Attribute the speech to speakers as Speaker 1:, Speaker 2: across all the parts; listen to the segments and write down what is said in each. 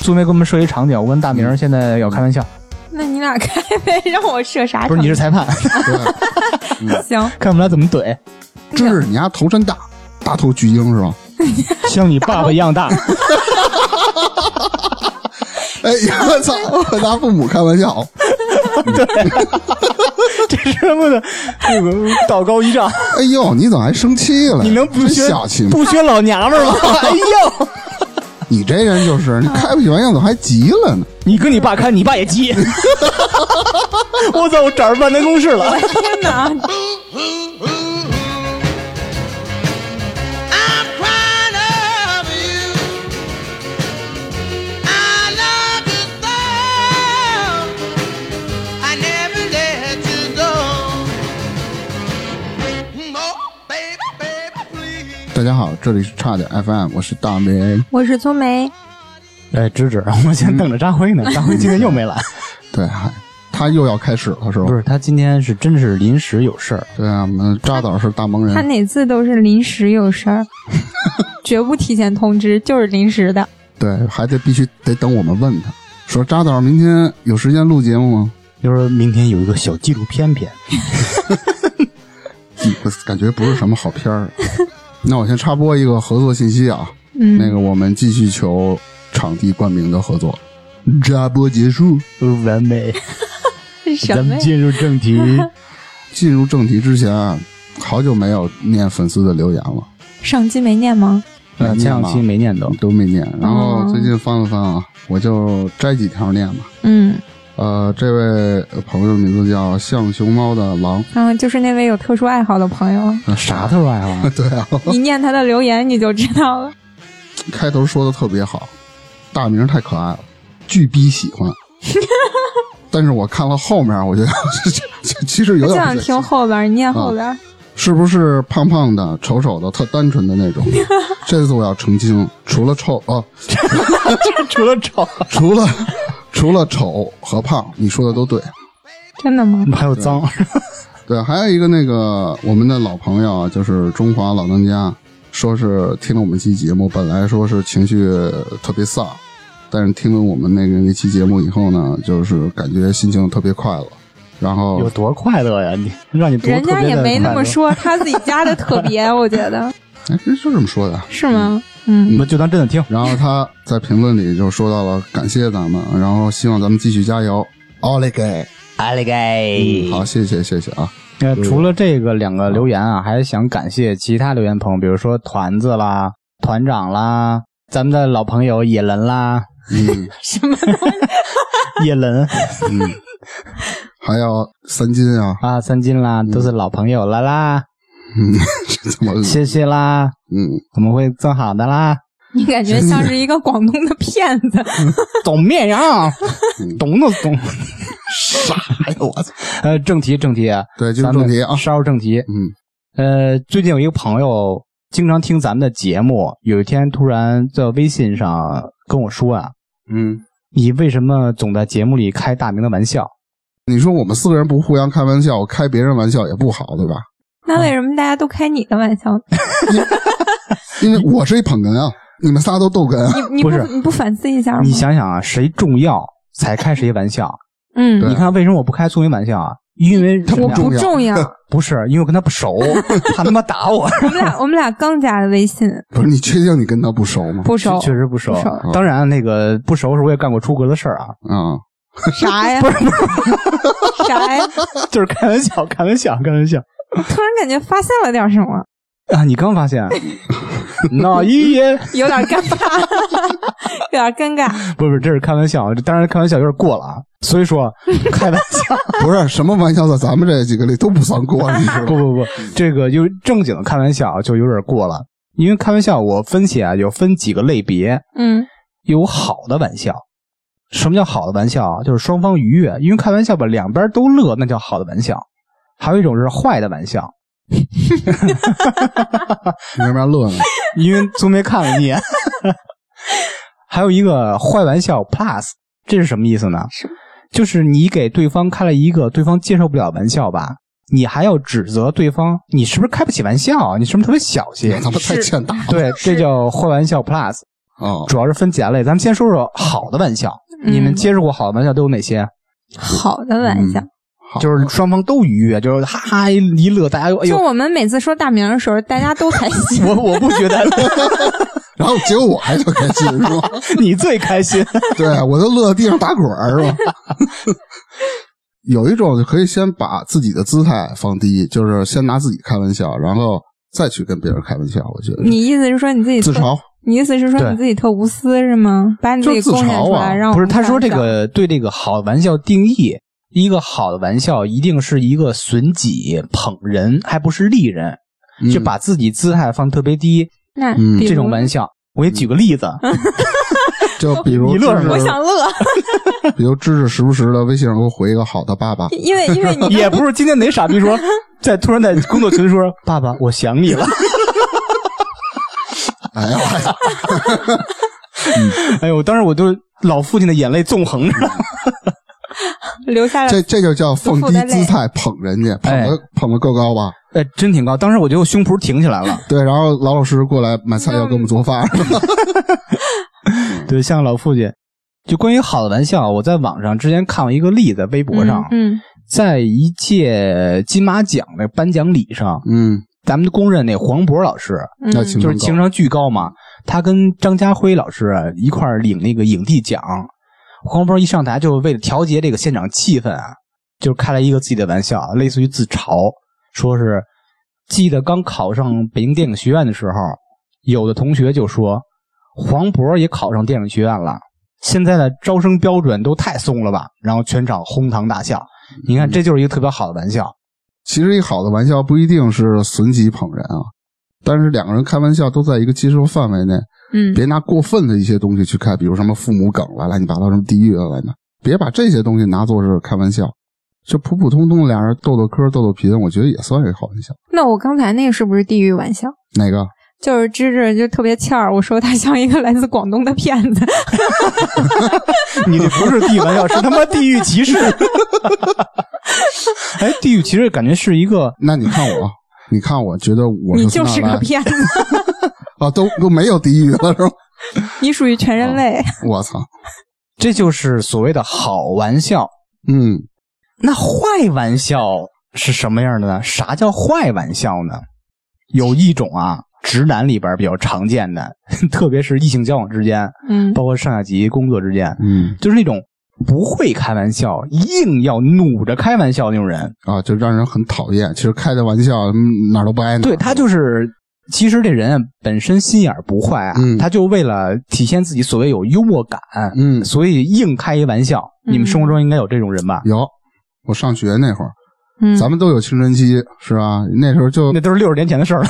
Speaker 1: 苏梅给我们设一场景，我跟大明现在要开玩笑，
Speaker 2: 那你俩开呗， 让我设啥？
Speaker 1: 嗯不是你是裁判，
Speaker 3: 对，
Speaker 2: 行，
Speaker 1: 看我们俩怎么怼，
Speaker 3: 芝芝，你丫头 真大，大头巨婴是吧？
Speaker 1: 像你爸爸一样大。
Speaker 3: 哎呀，我操！我和他父母开玩笑，
Speaker 1: 这是什么的？那个道高一丈，
Speaker 3: 哎呦，你怎么还生气 了？
Speaker 1: 你能不
Speaker 3: 真
Speaker 1: 学
Speaker 3: 下气吗？
Speaker 1: 不学老娘们儿吗？ 哎呦，
Speaker 3: 你这人
Speaker 1: 啊
Speaker 3: 就是，你开不起玩笑怎么还急了呢？
Speaker 1: 你跟你爸看，你爸也急。 我操，我找着万能公式了。
Speaker 2: 天哪！
Speaker 4: I'm crying over you. I love you so. I never let you go. Oh, baby, baby, please.
Speaker 3: 大家好，这里是差点 FM，我是大明。
Speaker 2: 我是聪梅，
Speaker 1: 哎，芝芝，我先等着扎辉呢，扎辉今天又没来。
Speaker 3: 对，嗨，他又要开始了是吧
Speaker 1: 不？是，他今天是真是临时有事儿。
Speaker 3: 对啊，我们扎导是大忙
Speaker 2: 他
Speaker 3: 人。
Speaker 2: 哪次都是临时有事儿，绝不提前通知，就是临时的。
Speaker 3: 对，还得必须得等我们问他，说扎导明天有时间录节目吗？
Speaker 1: 就说明天有一个小纪录片 片，
Speaker 3: 嗯不是感觉不是什么好片 儿。那我先插播一个合作信息啊，
Speaker 2: 嗯，
Speaker 3: 那个我们继续求场地冠名的合作。插播结束。
Speaker 1: 完美。
Speaker 2: 是什么呀？
Speaker 1: 进入正 题。
Speaker 3: 进入正题之前啊，好久没有念粉丝的留言了，
Speaker 2: 上期没念吗？
Speaker 1: 呃，前两期没念叨，
Speaker 3: 都没念。然后
Speaker 2: 哦
Speaker 3: 最近翻了翻啊，我就摘几条念吧。
Speaker 2: 嗯，
Speaker 3: 呃，这位朋友名字叫像熊猫的狼，
Speaker 2: 然后就是那位有特殊爱好的朋友，
Speaker 1: 啥都来了。
Speaker 3: 对啊，
Speaker 2: 你念他的留言你就知道了。
Speaker 3: 开头说的特别好，大名太可爱了，巨逼喜 欢。但是我看了后面，我觉得 其实有
Speaker 2: 就
Speaker 3: 点
Speaker 2: 想
Speaker 3: 不
Speaker 2: 听
Speaker 3: 对，
Speaker 2: 后边儿，你念后边儿。
Speaker 3: 是不是胖胖的、丑丑的、特单纯的那种？这次我要澄清，除了臭哦，
Speaker 1: 除了吵，
Speaker 3: 除了 除了丑和胖，你说的都对。
Speaker 2: 真的吗？
Speaker 1: 还有脏。
Speaker 3: 对，还有一个那个我们的老朋友啊，就是中华老当家，说是听了我们期节目，本来说是情绪特别丧，但是听了我们那个那期节目以后呢，就是感觉心情特别快乐。然后
Speaker 1: 有多快乐呀？你让你多
Speaker 2: 人
Speaker 1: 特
Speaker 2: 家
Speaker 1: 别
Speaker 2: 也
Speaker 1: 的
Speaker 2: 没那
Speaker 1: 快
Speaker 2: 么
Speaker 1: 乐，
Speaker 2: 说，他自己加的特别，我觉得
Speaker 3: 哎，这是这么说的啊。
Speaker 2: 是吗？嗯，
Speaker 1: 那就当真的听。
Speaker 3: 然后他在评论里就说到了感谢咱们，然后希望咱们继续加油。奥利给！
Speaker 1: 阿里
Speaker 3: 嗯，
Speaker 1: 盖
Speaker 3: 好，谢谢谢谢啊。
Speaker 1: 呃，除了这个两个留言啊，还想感谢其他留言朋友，比如说团子啦、团长啦、咱们的老朋友野人啦、
Speaker 3: 嗯
Speaker 2: 什么？
Speaker 1: 野人
Speaker 3: 嗯，还有三金啊，
Speaker 1: 啊、三金啦，都是老朋友了啦，
Speaker 3: 嗯， 这怎么？
Speaker 1: 谢谢啦，
Speaker 3: 嗯，
Speaker 1: 我们会更好的啦，
Speaker 2: 你感觉像是一个广东的骗子，
Speaker 1: 懂绵羊
Speaker 3: 嗯，
Speaker 1: 懂懂懂。
Speaker 3: 傻呀！我操！
Speaker 1: 呃，正题正题，
Speaker 3: 对，进
Speaker 1: 咱
Speaker 3: 入
Speaker 1: 们
Speaker 3: 正题啊。
Speaker 1: 稍正题，
Speaker 3: 嗯
Speaker 1: 呃，最近有一个朋友经常听咱们的节目，有一天突然在微信上跟我说啊，
Speaker 3: 嗯，
Speaker 1: 你为什么总在节目里开大明的玩笑？
Speaker 3: 你说我们四个人不互相开玩笑，开别人玩笑也不好，对吧？
Speaker 2: 那为什么大家都开你的玩笑呢？
Speaker 3: 因为我是一捧哏啊，你们仨都逗哏啊。
Speaker 2: 你你不
Speaker 1: 不是
Speaker 2: 你不反思一下吗？
Speaker 1: 你想想啊，谁重要才开谁玩笑？
Speaker 2: 嗯，
Speaker 3: 对
Speaker 1: 你看为什么我不开苏梅玩笑啊？因为什么
Speaker 2: 我
Speaker 1: 呀
Speaker 2: 不重要，
Speaker 1: 不是，因为我跟他不熟，怕他妈打我。
Speaker 2: 我们俩我们俩刚加的微信，
Speaker 3: 不是你确定你跟他不熟吗？
Speaker 2: 不熟，
Speaker 1: 确实不熟
Speaker 2: 不熟。
Speaker 1: 当然，那个不熟时候我也干过出格的事儿啊，
Speaker 3: 啊，
Speaker 2: 啥呀？ 啥 呀？
Speaker 1: 就是开玩笑，开玩笑，开玩笑
Speaker 2: 突然感觉发现了点什么，
Speaker 1: 啊！你刚发现，脑一爷
Speaker 2: 有点尴尬， 有点尴尬。
Speaker 1: 不是，这是开玩笑，这当然开玩笑有点过了啊。所以说，开玩笑，
Speaker 3: 不是什么玩笑，在咱们这几个里都不算过，你知道
Speaker 1: 不 不
Speaker 3: 吗？
Speaker 1: 不，这个就是正经的开玩笑就有点过了。因为开玩笑，我分析啊，有分几个类别，
Speaker 2: 嗯，
Speaker 1: 有好的玩笑。什么叫好的玩笑啊？就是双方愉悦，因为开玩笑吧，两边都乐，那叫好的玩笑。还有一种是坏的玩笑，
Speaker 3: 你为嘛乐呢？
Speaker 1: 因为从没看了你。 还有一个坏玩笑 plus，这是什么意思呢？
Speaker 2: 是
Speaker 1: 就是你给对方开了一个对方接受不了的玩笑吧，你还要指责对方，你 是不是开不起玩笑啊？你是不是特别小气
Speaker 3: 你？他妈太欠打。
Speaker 1: 对，这叫坏玩笑 plus。
Speaker 3: 哦，
Speaker 1: 主要是分几大类。咱们先说说好的玩笑，
Speaker 2: 嗯
Speaker 1: 你们接受过好的玩笑都有哪些？
Speaker 2: 好的玩
Speaker 1: 嗯
Speaker 2: 笑，
Speaker 3: 好
Speaker 1: 就是双方都愉悦，就是哈哈一一乐，大家哎
Speaker 2: 就
Speaker 1: 呦，
Speaker 2: 我们每次说大名的时候，大家都开心。
Speaker 1: 我我不觉得
Speaker 3: 然后结果我还特开心是吧？
Speaker 1: 你最开心。
Speaker 3: 对啊我都乐地上打滚儿是吧？ 有一种就可以先把自己的姿态放低，就是先拿自己开玩笑，然后再去跟别人开玩笑。我觉得
Speaker 2: 你意思是说你自己
Speaker 3: 自
Speaker 2: 特？
Speaker 3: 嘲，
Speaker 2: 你意思是说
Speaker 1: 对
Speaker 2: 你自己特无私是吗？把你自己
Speaker 3: 就是自
Speaker 2: 贡献
Speaker 3: 嘲
Speaker 2: 出
Speaker 3: 啊
Speaker 2: 来，让我
Speaker 1: 不是，
Speaker 2: 们
Speaker 1: 他说这
Speaker 2: 看到
Speaker 1: 个对这个好玩笑定义，一个好的玩笑一定是一个损己捧人，还不是利人，
Speaker 3: 嗯
Speaker 1: 就把自己姿态放特别低，
Speaker 2: 那
Speaker 3: 嗯
Speaker 1: 这种玩
Speaker 2: 笑，
Speaker 1: 笑。我给你举个例 子，
Speaker 3: 就比如
Speaker 1: 你乐
Speaker 3: 知识
Speaker 1: 什么
Speaker 2: 我想乐，
Speaker 3: 比如芝识时不时的微信上给我回一个好的爸 爸，
Speaker 2: 因为因为你
Speaker 1: 也不是今天哪傻逼说，在突然在工作群里说：“ 爸爸，我想你 了。
Speaker 3: 哎呀，哎呀”
Speaker 1: 哎呦，当时我就老父亲的眼泪纵横着。
Speaker 2: 留下了嗯
Speaker 3: 这这就叫放低姿态捧人家，捧
Speaker 1: 哎
Speaker 3: 的捧的够高吧？
Speaker 1: 哎，真挺高。当时我觉得我胸脯挺起来了。
Speaker 3: 对，然后老老实实过来买
Speaker 1: 嗯
Speaker 3: 菜要给我们做饭，
Speaker 1: 对，像老父亲，就关于好的玩笑，我在网上之前看过一个例子，微博上，
Speaker 2: 嗯
Speaker 1: 在一届金马奖的颁奖礼上，
Speaker 3: 嗯，
Speaker 1: 咱们公认那黄渤老师
Speaker 2: 嗯，
Speaker 3: 那
Speaker 2: 嗯
Speaker 3: 情
Speaker 1: 就是情
Speaker 3: 高
Speaker 1: 商巨高嘛，他跟张家辉老师啊一块儿领那个影帝奖，黄渤一上台就是为了调节这个现场气氛啊，就是开了一个自己的玩笑，啊类似于自嘲，说是记得刚考上北京电影学院的时候，有的同学就说黄渤也考上电影学院了，现在的招生标准都太松了吧，然后全场哄堂大笑。你看，这就是一个特别好的玩笑。
Speaker 3: 其实一好的玩笑不一定是损己捧人啊，但是两个人开玩笑都在一个接受范围内，
Speaker 2: 嗯
Speaker 3: 别拿过分的一些东西去开，比如什么父母梗了、乱七八糟什么地狱啊来的，别把这些东西拿作是开玩笑。就普普通通俩人逗逗嗑、逗逗贫，我觉得也算是一个好玩笑。
Speaker 2: 那我刚才那个是不是地狱玩笑？
Speaker 3: 哪个？
Speaker 2: 就是芝芝就特别欠儿，我说他像一个来自广东的骗子，
Speaker 1: 你这不是地狱玩笑，是他妈地狱骑士。哎，地狱骑士感觉是一个
Speaker 3: 那你看 我，你看我觉得我
Speaker 2: 你
Speaker 3: 苏
Speaker 2: 就是
Speaker 3: 纳
Speaker 2: 个
Speaker 3: 莱
Speaker 2: 骗子，
Speaker 3: 啊，都都没有地狱了是吧？
Speaker 2: 你属于全人类。
Speaker 3: 我操，
Speaker 1: 这就是所谓的好玩笑。
Speaker 3: 嗯，
Speaker 1: 那坏玩笑是什么样的呢？啥叫坏玩笑呢？有一种啊，直男里边比较常见的， 特别是异性交往之间，
Speaker 2: 嗯
Speaker 1: 包括上下级工作之间，
Speaker 3: 嗯
Speaker 1: 就是那种不会开玩笑，硬要努着开玩笑那种人。
Speaker 3: 啊，就让人很讨厌。其实开的玩笑嗯哪儿都不挨哪儿。
Speaker 1: 对他就是，其实这人啊本身心眼儿不坏啊，
Speaker 3: 嗯
Speaker 1: 他就为了体现自己所谓有幽默感，
Speaker 3: 嗯
Speaker 1: 所以硬开一玩笑。
Speaker 2: 嗯
Speaker 1: 你们生活中应该有这种人吧？
Speaker 3: 有。我上学那会儿，
Speaker 2: 嗯
Speaker 3: 咱们都有青春期，是吧？那时候就，
Speaker 1: 那都是六十年前的事儿了。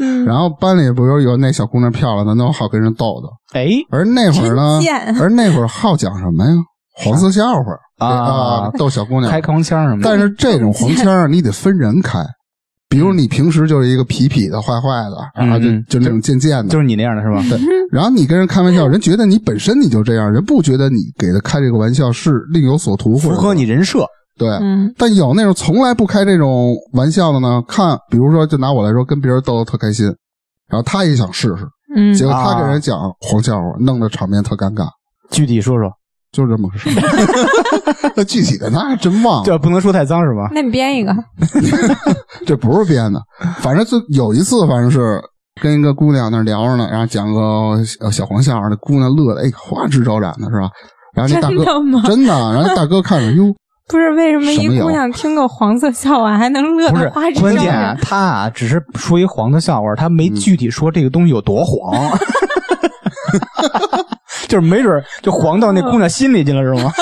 Speaker 2: 嗯
Speaker 3: 然后班里不是有那小姑娘漂亮的，那我好跟人逗逗。
Speaker 1: 哎
Speaker 3: 而那会儿呢
Speaker 2: 真贱，
Speaker 3: 而那会儿好讲什么呀？黄色笑话
Speaker 1: 啊，
Speaker 3: 逗小姑娘
Speaker 1: 开。黄腔什么的。
Speaker 3: 但是这种黄腔儿你得分人开，比如你平时就是一个痞痞的、坏坏的，然后就
Speaker 1: 嗯嗯
Speaker 3: 就那种贱贱的，
Speaker 1: 就是你那样的是吧？
Speaker 3: 对，然后你跟人开 玩笑，人觉得你本身你就这样，人不觉得你给他开这个玩笑是另有所图，或
Speaker 1: 符
Speaker 3: 者
Speaker 1: 合你人设。
Speaker 3: 对。
Speaker 2: 嗯
Speaker 3: 但有那种从来不开这种玩笑的呢，看，比如说，就拿我来说，跟别人逗得特开心，然后他也想试试，
Speaker 2: 嗯
Speaker 3: 结果他
Speaker 1: 啊
Speaker 3: 给人讲黄笑话，弄得场面特尴尬，
Speaker 1: 具体说说，
Speaker 3: 就这么个事儿。那具体的那还真忘了，
Speaker 1: 这不能说太脏是吧？
Speaker 2: 那你编一个，
Speaker 3: 这不是编的。反正就有一次，反正是跟一个姑娘那儿聊着呢，然后讲个呃小黄笑话，那姑娘乐的哎花枝招展的是吧？然后那大哥
Speaker 2: 真的吗
Speaker 3: 真的啊然后大哥看着哟，
Speaker 2: 不是为什么一
Speaker 3: 什么
Speaker 2: 姑
Speaker 3: 呀
Speaker 2: 娘听个黄色笑话还能乐
Speaker 1: 不是
Speaker 2: 得花枝招
Speaker 1: 关键啊
Speaker 2: 展？，
Speaker 1: 他啊只是说一黄的笑话，他
Speaker 3: 嗯
Speaker 1: 没具体说这个东西有多黄， 就是没准儿就黄到那姑娘心里去了是吗？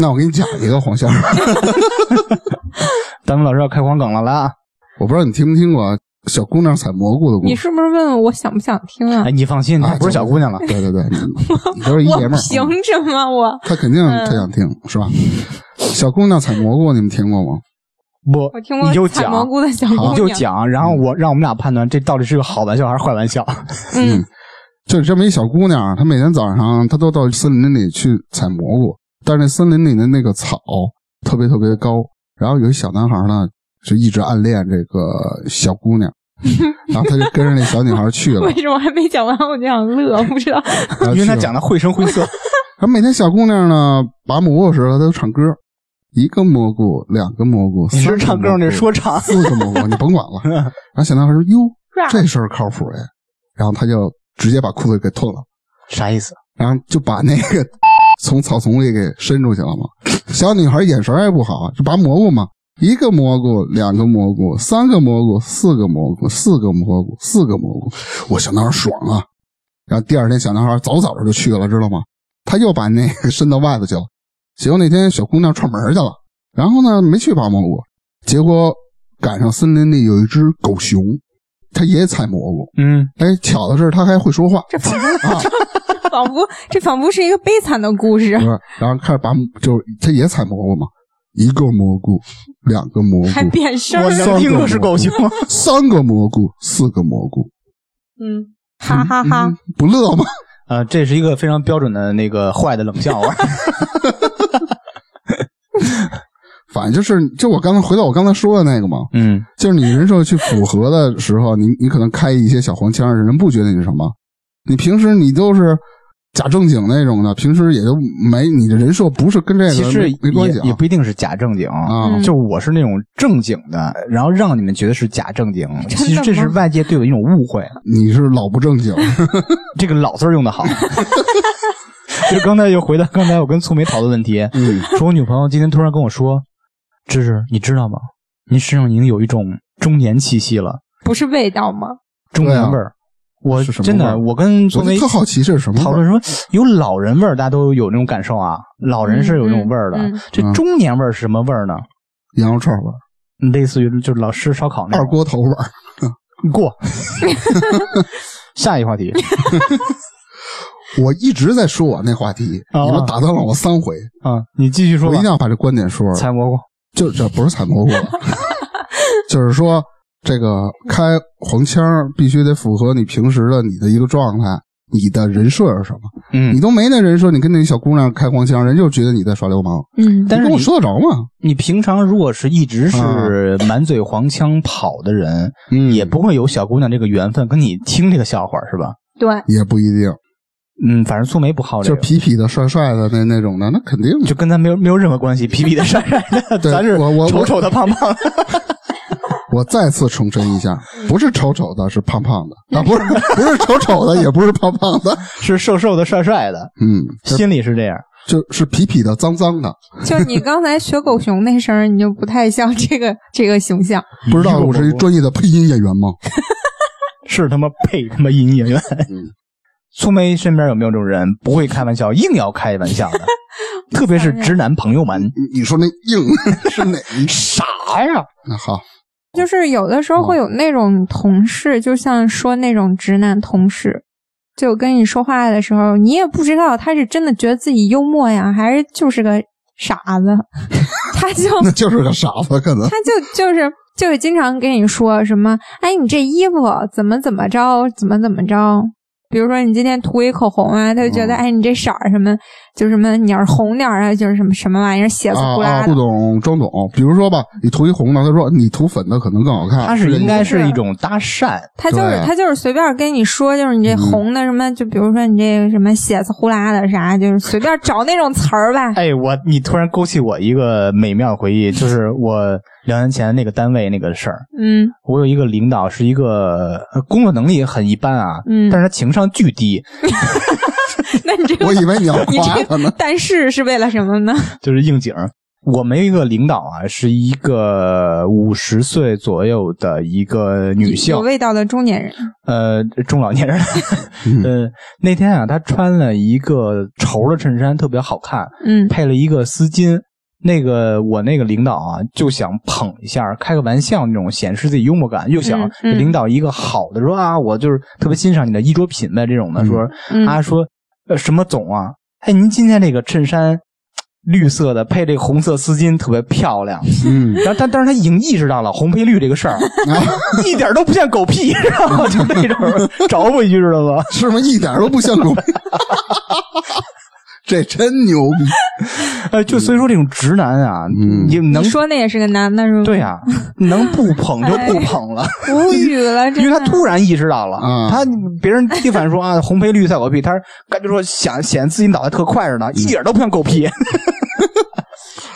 Speaker 3: 那我给你讲一个黄笑话，
Speaker 1: 咱们老师要开黄梗了来啊！
Speaker 3: 我不知道你听没听过啊小姑娘采蘑菇的故
Speaker 2: 你
Speaker 3: 事。
Speaker 2: 是不是问我想不想听啊
Speaker 1: 哎，？你放心，
Speaker 3: 啊
Speaker 1: 她不是小姑娘了。
Speaker 3: 对对对，你都是一
Speaker 2: 我
Speaker 3: 爷们儿，啊嗯
Speaker 2: 凭什么啊我？
Speaker 3: 他肯定特想听，是吧？小姑娘采蘑菇，你们听过吗？
Speaker 1: 不，
Speaker 2: 我听过
Speaker 1: 你就
Speaker 2: 采
Speaker 1: 讲，
Speaker 2: 蘑菇的小姑娘，
Speaker 1: 你就讲，然后我让我们俩判断这到底是个好玩笑还是坏玩笑。
Speaker 2: 嗯
Speaker 3: 就是这么一小姑娘，啊她每天早上她都到森林里去采蘑菇，但是那森林里的那个草特别特别高，然后有一小男孩呢就一直暗恋这个小姑娘，然后他就跟着那小女孩去了
Speaker 2: 为，什么还没讲完我就想乐？不知道，
Speaker 3: 然后
Speaker 1: 因为他
Speaker 3: 去了
Speaker 1: 讲的绘声绘色，
Speaker 3: 然后每天小姑娘呢拔蘑菇的时候，她都唱歌，一个蘑菇，两个蘑菇，
Speaker 1: 你
Speaker 3: 三
Speaker 1: 是
Speaker 3: 个
Speaker 1: 唱歌
Speaker 3: 蘑菇，
Speaker 1: 那说唱
Speaker 3: 四个蘑菇，你甭管了。然后小男孩说：“哟，这事儿靠谱哎。”然后他就直接把裤子给褪了，
Speaker 1: 啥意思？
Speaker 3: 然后就把那个 从草丛里给伸出去了嘛。小女孩眼神儿也不好，啊就拔蘑菇嘛，一个蘑菇，两个蘑菇，三个蘑菇，四个蘑菇，四个蘑菇，四个蘑菇。我小男孩爽啊！然后第二天，小男孩早早的就去了，知道吗？他又把那个伸到外头去了。结果那天小姑娘串门去了，然后呢没去拔蘑菇，结果赶上森林里有一只狗熊，它也采蘑菇。
Speaker 1: 嗯，
Speaker 3: 哎，巧的是它还会说话，啊
Speaker 2: 这仿佛、仿佛这仿佛是一个悲惨的故事
Speaker 3: 不，是，然后开始拔，就是他也采蘑菇嘛，一个蘑菇，两个蘑
Speaker 2: 还
Speaker 3: 菇，
Speaker 2: 变声
Speaker 1: 我
Speaker 2: 儿，
Speaker 3: 嗯
Speaker 1: 能听出是狗熊，
Speaker 3: 三个蘑菇，四个蘑菇，
Speaker 2: 嗯，哈哈哈
Speaker 3: 嗯，不乐吗？
Speaker 1: 啊，这是一个非常标准的那个坏的冷笑话。
Speaker 3: 反正就是，就我刚才回到我刚才说的那个嘛，
Speaker 1: 嗯，
Speaker 3: 就是你人设去符合的时候，你你可能开一些小黄腔，人不觉得你是什么。你平时你都是假正经那种的，平时也就没你的人设不是跟这个
Speaker 1: 其实
Speaker 3: 没没关系
Speaker 1: 也也
Speaker 3: 啊。
Speaker 1: 不一定是假正经
Speaker 3: 啊
Speaker 2: 嗯
Speaker 1: 就我是那种正经的，然后让你们觉得是假正经，
Speaker 2: 真的
Speaker 1: 其实这是
Speaker 2: 吗
Speaker 1: 外界对我一种误会。
Speaker 3: 你是老不正经，
Speaker 1: 这个“老”字儿用的好。就刚才又回到刚才我跟粗梅讨论问题，
Speaker 3: 嗯，
Speaker 1: 说我女朋友今天突然跟我说：“芝芝，你知道吗？您身上已经有一种中年气息了，
Speaker 2: 不是味道吗？
Speaker 1: 中年味儿。我
Speaker 3: 是什么
Speaker 1: 真
Speaker 3: 味
Speaker 1: 的，
Speaker 3: 儿
Speaker 1: 我跟粗
Speaker 3: 我
Speaker 1: 梅
Speaker 3: 就特好奇这是什么味儿
Speaker 1: 讨论说，有老人味儿，大家都有那种感受啊。老人是有那种味儿的，
Speaker 2: 嗯嗯嗯
Speaker 1: 这中年味儿是什么味儿呢？
Speaker 3: 羊肉串味儿、
Speaker 1: 类似于就是老吃烧烤那
Speaker 3: 二
Speaker 1: 种。
Speaker 3: 锅头味儿。
Speaker 1: 过。 下一话题，
Speaker 3: 我一直在说我那话题，
Speaker 1: 啊
Speaker 3: 你们打断了我三回，
Speaker 1: 啊，你继续说
Speaker 3: 我一
Speaker 1: 吧
Speaker 3: 定。要把这观点说了。
Speaker 1: 采蘑菇，
Speaker 3: 就这不是采蘑菇了， 就是说这个开黄腔儿必须得符合你平时的你的一个状态，你的人设是什么？你
Speaker 1: 嗯，
Speaker 3: 都没那人设，你跟那小姑娘开黄腔，人就觉得你在耍流氓。
Speaker 2: 嗯，
Speaker 1: 但是
Speaker 3: 你跟
Speaker 1: 你
Speaker 3: 我说得嗯着吗？
Speaker 1: 你平常如果是一直是满嘴黄腔跑的人，
Speaker 3: 嗯
Speaker 1: 也不会有小姑娘这个缘分跟你听这个笑话是吧？
Speaker 2: 对，
Speaker 3: 也不一定，
Speaker 1: 嗯，反正苏梅不好这
Speaker 3: 就是
Speaker 1: 个，
Speaker 3: 痞痞的、帅帅的那那种的，那肯定
Speaker 1: 就跟咱没有没有任何关 系，痞痞的帅帅的，
Speaker 3: 对
Speaker 1: 咱是
Speaker 3: 我我我
Speaker 1: 丑丑的胖 胖的，
Speaker 3: 我再次重申一下，不是丑丑的，是胖胖的啊，不是不是丑丑的，也不是胖胖的，
Speaker 1: 是瘦瘦的帅帅的，
Speaker 3: 嗯，
Speaker 1: 心里是这样。
Speaker 3: 就是痞痞的、脏脏的。
Speaker 2: 就是你刚才学狗熊那声儿，你就不太像这个这个形象。
Speaker 3: 不知道我是一专业的配音演员吗？
Speaker 1: 是他妈配他妈音演员
Speaker 3: 嗯。
Speaker 1: 苏梅身边有没有这种人不会开玩笑，硬要开玩笑 的？特别是直男朋友们，
Speaker 3: 你你说那 硬是哪一？
Speaker 1: 啥呀？
Speaker 3: 那 好，
Speaker 2: 就是有的时候会有那种同事，就像说那种直男同事，就跟你说话的时候，你也不知道他是真的觉得自己幽默呀，还是就是个傻子。 他就
Speaker 3: 那就是个傻子，可能
Speaker 2: 他就就是就是经常跟你说什么，哎，你这衣服怎么怎么着，怎么怎么着。比如说你今天涂一口红啊，他就觉得、
Speaker 3: 嗯
Speaker 2: 哎，你这色儿什么，就什么你要是红点儿啊，就是什么什么玩意儿，血丝
Speaker 3: 啊
Speaker 2: 呼啦
Speaker 3: 啊，
Speaker 2: 的。
Speaker 3: 不懂装懂。比如说吧，你涂一红的，他说你涂粉的可能更好看。
Speaker 1: 他啊是应该是
Speaker 2: 是
Speaker 1: 一种搭讪，。
Speaker 2: 他就是
Speaker 3: 对
Speaker 2: 他就是随便跟你说，就是你这红的什么，就比如说你这个什么血丝呼啦的啥，就是随便找那种词儿吧
Speaker 1: 哎，我你突然勾起我一个美妙的回忆，就是我两年前那个单位那个事儿。
Speaker 2: 嗯
Speaker 1: 我有一个领导是一个呃工作能力很一般啊，
Speaker 2: 嗯
Speaker 1: 但是他情商巨低，
Speaker 2: 那你这
Speaker 3: 我
Speaker 2: 个
Speaker 3: 以 为你要
Speaker 2: 你
Speaker 3: 夸
Speaker 2: 这
Speaker 3: 他呢
Speaker 2: 个。但是是为了什么呢？
Speaker 1: 就是应景儿。我们有一个领导啊，是一个五十岁左右的一个女性
Speaker 2: 有，味道的中年人，
Speaker 1: 呃，中老年人。 呃，那天啊，她穿了一个绸的衬衫，特别好看，
Speaker 2: 嗯
Speaker 1: 配了一个丝巾。那个我那个领导啊，就想捧一下，开个玩笑那种，显示自己幽默感，又想
Speaker 2: 嗯
Speaker 1: 给
Speaker 2: 嗯
Speaker 1: 领导一个好的，说啊，我就是特别欣赏你的衣着品味这种的，
Speaker 3: 嗯
Speaker 1: 说
Speaker 2: 嗯
Speaker 1: 啊，说呃什么总啊，哎，您今天这个衬衫绿色的配这个红色丝巾特别漂 亮。
Speaker 3: 嗯，
Speaker 1: 然后但但是他已经意识到了红配绿这个事儿，一点都不像狗屁，然后就 那种着我一句知道吗？
Speaker 3: 是吗？一点都不像狗。 这真牛逼！
Speaker 1: 呃，就所以说这种直男啊，
Speaker 3: 嗯
Speaker 1: 你能
Speaker 2: 你说那也是个男的是吗？
Speaker 1: 对呀、能不捧就不捧了，
Speaker 2: 无语 了，
Speaker 1: 因
Speaker 2: 真
Speaker 1: 为他
Speaker 2: 的。
Speaker 1: 突然意识到了，
Speaker 3: 嗯
Speaker 1: 他别人踢反说啊，红配绿赛狗屁，他感觉说想显自己脑袋特快
Speaker 2: 嗯
Speaker 1: 似的，一点都不像狗屁，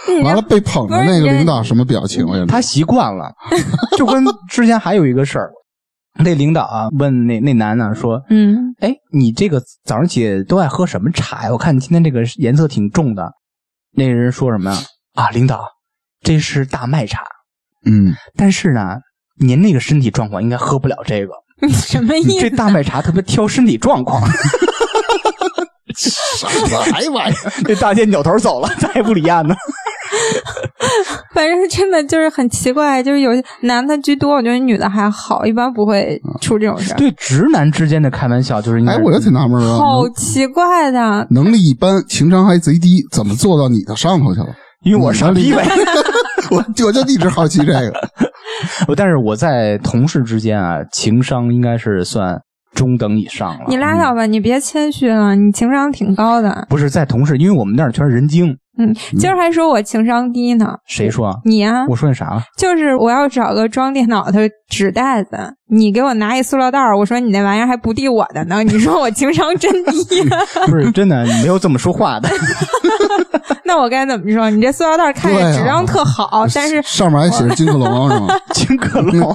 Speaker 2: 你
Speaker 3: 完
Speaker 2: 让
Speaker 3: 了被捧的那个领导什么表情呀？
Speaker 1: 他习惯了，就跟之前还有一个事儿，那领导啊问那那男的、说，
Speaker 2: 嗯，
Speaker 1: 哎，你这个早上起都爱喝什么茶呀？我看你今天这个颜色挺重的。那人说什么呀？啊，领导，这是大麦茶，
Speaker 3: 嗯，
Speaker 1: 但是呢，您那个身体状况应该喝不了这个，
Speaker 2: 你 什么意
Speaker 1: 这
Speaker 2: 思？
Speaker 1: 大麦茶特别挑身体状况。
Speaker 3: 什么玩意儿？
Speaker 1: 这大姐扭头走了，再也不理案呢。
Speaker 2: 反正真的就是很奇怪，就是有些男的居多，我觉得女的还好，一般不会出这种事儿，
Speaker 1: 对直男之间的开玩笑就是应该
Speaker 3: 哎，我就挺纳闷啊，
Speaker 2: 好奇怪的。
Speaker 3: 能能力一般，情商还贼低，怎么做到你的上头去 了？
Speaker 1: 因为我傻逼呗。
Speaker 3: 我我就一直好奇这个。
Speaker 1: 我呃但是我在同事之间啊，情商应该是算中等以上了。
Speaker 2: 你拉倒吧，你别谦虚了，你情商挺高的。
Speaker 1: 不是在同事，因为我们那儿全是人精。
Speaker 2: 嗯，今儿还说我情商低呢，
Speaker 1: 谁说啊？
Speaker 2: 你啊，
Speaker 1: 我说你啥了？
Speaker 2: 就是我要找个装电脑的纸袋子，你给我拿一塑料袋儿，我说你那玩意儿还不递我的呢，你说我情商真低，
Speaker 1: 不是真的，你没有这么说话的。
Speaker 2: 那我该怎么说？你这塑料袋儿看
Speaker 3: 对
Speaker 2: 着
Speaker 3: 啊
Speaker 2: 质量特好，哦但是
Speaker 3: 上面还写着金克龙是 吗？
Speaker 1: 金克龙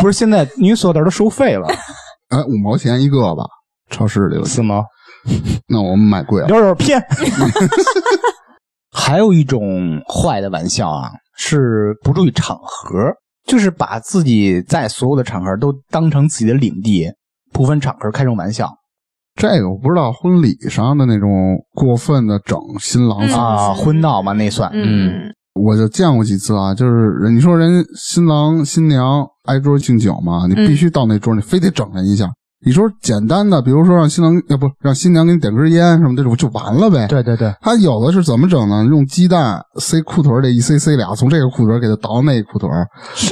Speaker 1: 不是现在因为塑料袋都收费了，
Speaker 3: 哎，五毛钱一个吧，超市里头。
Speaker 1: 是吗？
Speaker 3: 那我们买贵了。
Speaker 1: 有点偏。 还有一种坏的玩笑啊，是不注意场合，就是把自己在所有的场合都当成自己的领地，不分场合开这种玩笑
Speaker 3: 这个我不知道，婚礼上的那种过分的整新郎
Speaker 2: 嗯
Speaker 3: 方
Speaker 1: 啊，婚闹嘛那算。嗯，
Speaker 2: 嗯，
Speaker 3: 我就见过几次啊，就是人你说人新郎新娘挨桌敬酒嘛，你必须到那桌，你非得整人一下。你说简单的，比如说让新郎要不让新娘给你点根烟什么这种就完了呗。
Speaker 1: 对对对，
Speaker 3: 他有的是怎么整呢？用鸡蛋塞裤腿里一塞塞俩，从这个裤腿给他倒那个裤腿，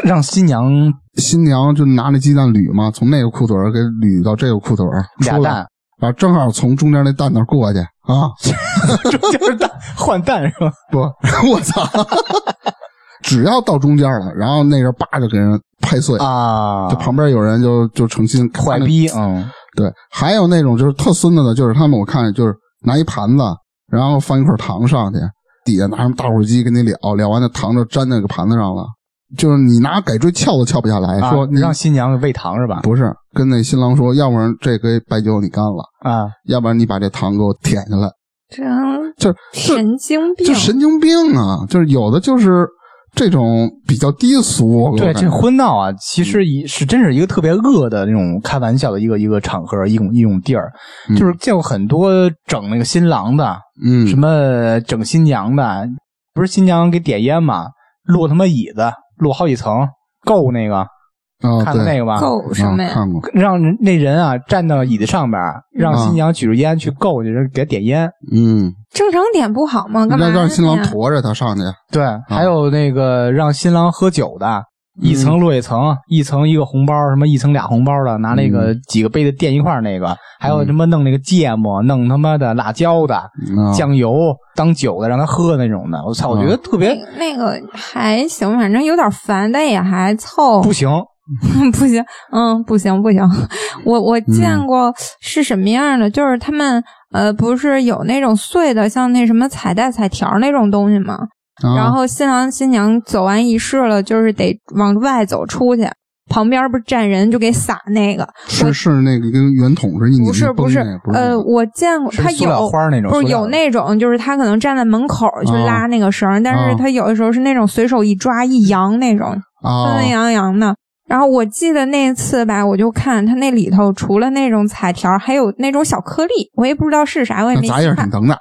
Speaker 1: 让新娘
Speaker 3: 新娘就拿那鸡蛋捋嘛，从那个裤腿给捋到这个裤腿
Speaker 1: 俩
Speaker 3: 出来
Speaker 1: 蛋，
Speaker 3: 然后正好从中间那蛋那儿过去 啊，
Speaker 1: 中间蛋换蛋是吧？
Speaker 3: 不，我操！ 只要到中间了，然后那人叭就给人拍碎，
Speaker 1: 啊
Speaker 3: 就旁边有人就就诚心
Speaker 1: 坏
Speaker 3: 看那。
Speaker 1: 逼，嗯，
Speaker 3: 对，还有那种就是特孙子的，就是他们我看就是拿一盘子，然后放一块糖上去，底下拿什么打火机跟你燎，燎完那糖就粘那个盘子上了，就是你拿改锥撬都撬不下来。
Speaker 1: 啊
Speaker 3: 说你
Speaker 1: 让新娘喂糖是吧？
Speaker 3: 不是跟那新郎说，要不然这杯白酒你干了，
Speaker 1: 啊，
Speaker 3: 要不然你把这糖给我舔下来。
Speaker 2: 真
Speaker 3: 就是就
Speaker 2: 神经病
Speaker 3: 就。神经病啊！就是有的就是这种比较低俗，我
Speaker 1: 对，
Speaker 3: 感觉
Speaker 1: 这婚闹啊，其实也是真是一个特别恶的那种开玩笑的一个一个场合，一种一种地儿，
Speaker 3: 嗯
Speaker 1: 就是见过很多整那个新郎的，
Speaker 3: 嗯
Speaker 1: 什么整新娘的，不是新娘给点烟嘛，落他妈椅子，落好几层，够那个，
Speaker 3: 啊，
Speaker 1: 看过那
Speaker 3: 对，
Speaker 1: 个吧？
Speaker 2: 够什
Speaker 3: 啊
Speaker 2: 么呀？
Speaker 3: 看过，
Speaker 1: 让人那人啊站到椅子上边儿，让
Speaker 3: 啊
Speaker 1: 新娘举着烟去够，就是给他点烟。
Speaker 3: 嗯，
Speaker 2: 正常点不好吗？干嘛
Speaker 3: 让
Speaker 2: 呀？
Speaker 3: 让新郎驮着他上去，
Speaker 1: 对，还有那个让新郎喝酒的，一层落一层，一层一个红包，什么一层俩红包的，拿那个几个杯子垫一块儿那个，还有什么弄那个芥末，弄他妈的辣椒的、
Speaker 3: 啊
Speaker 1: 酱油当酒的，让他喝那种的，我操，我觉得特别
Speaker 2: 那那个还行，反正有点烦，但也还凑。
Speaker 1: 不行。
Speaker 2: 不行，嗯，不行，不行。 我我
Speaker 3: 嗯
Speaker 2: 见过是什么样的，就是他们呃，不是有那种碎的，像那什么彩带、彩条那种东西吗？
Speaker 3: 啊
Speaker 2: 然后新郎新娘走完仪式了，就是得往外走出去，旁边不是站人就给撒那个，
Speaker 3: 是是那个跟圆筒似的，一拧
Speaker 2: 不是
Speaker 3: 一
Speaker 2: 不
Speaker 3: 崩
Speaker 2: 是
Speaker 3: 那个，不是那
Speaker 2: 呃，
Speaker 3: 个
Speaker 2: 我见过
Speaker 1: 是
Speaker 2: 他
Speaker 1: 塑料
Speaker 2: 有
Speaker 1: 花。儿那种，
Speaker 2: 不是
Speaker 1: 塑料
Speaker 2: 有那种，就是他可能站在门口去
Speaker 3: 啊
Speaker 2: 拉那个绳儿，但
Speaker 3: 啊
Speaker 2: 是他有的时候是那种随手一抓一扬那种，
Speaker 3: 啊
Speaker 2: 纷纷扬扬的。然后我记得那次吧，我就看它那里头除了那种彩条，还有那种小颗粒，我也不知道是啥，我也
Speaker 3: 那
Speaker 2: 没
Speaker 3: 砸印儿
Speaker 2: 细
Speaker 3: 挺
Speaker 2: 看。
Speaker 3: 疼的，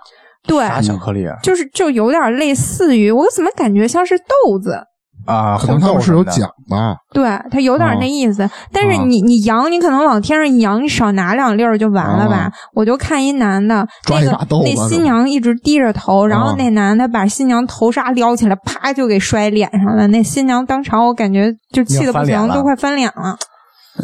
Speaker 2: 对，
Speaker 1: 啥巧克力啊
Speaker 2: 就是就有点类似于，我怎么感觉像是豆子？
Speaker 1: 啊，
Speaker 3: 可能他
Speaker 1: 红
Speaker 3: 们
Speaker 1: 豆
Speaker 3: 是
Speaker 1: 什
Speaker 3: 有
Speaker 1: 么的
Speaker 3: 奖吧，
Speaker 2: 对，它有点
Speaker 1: 哦
Speaker 2: 那意思。但是你你扬，你可能往天上一扬，你少拿两粒儿就完了吧？
Speaker 1: 哦
Speaker 3: 啊
Speaker 2: 我就看一男的，
Speaker 3: 抓一
Speaker 2: 那
Speaker 3: 把
Speaker 2: 个
Speaker 3: 豆子
Speaker 2: 那新娘一直低着头，然
Speaker 1: 哦
Speaker 2: 后那男的把新娘头纱撩起来，啪就给摔脸上了。那新娘当场我感觉就气
Speaker 1: 要
Speaker 2: 的
Speaker 1: 翻
Speaker 2: 不
Speaker 1: 脸
Speaker 2: 行，
Speaker 1: 了哦
Speaker 2: 都快翻脸了。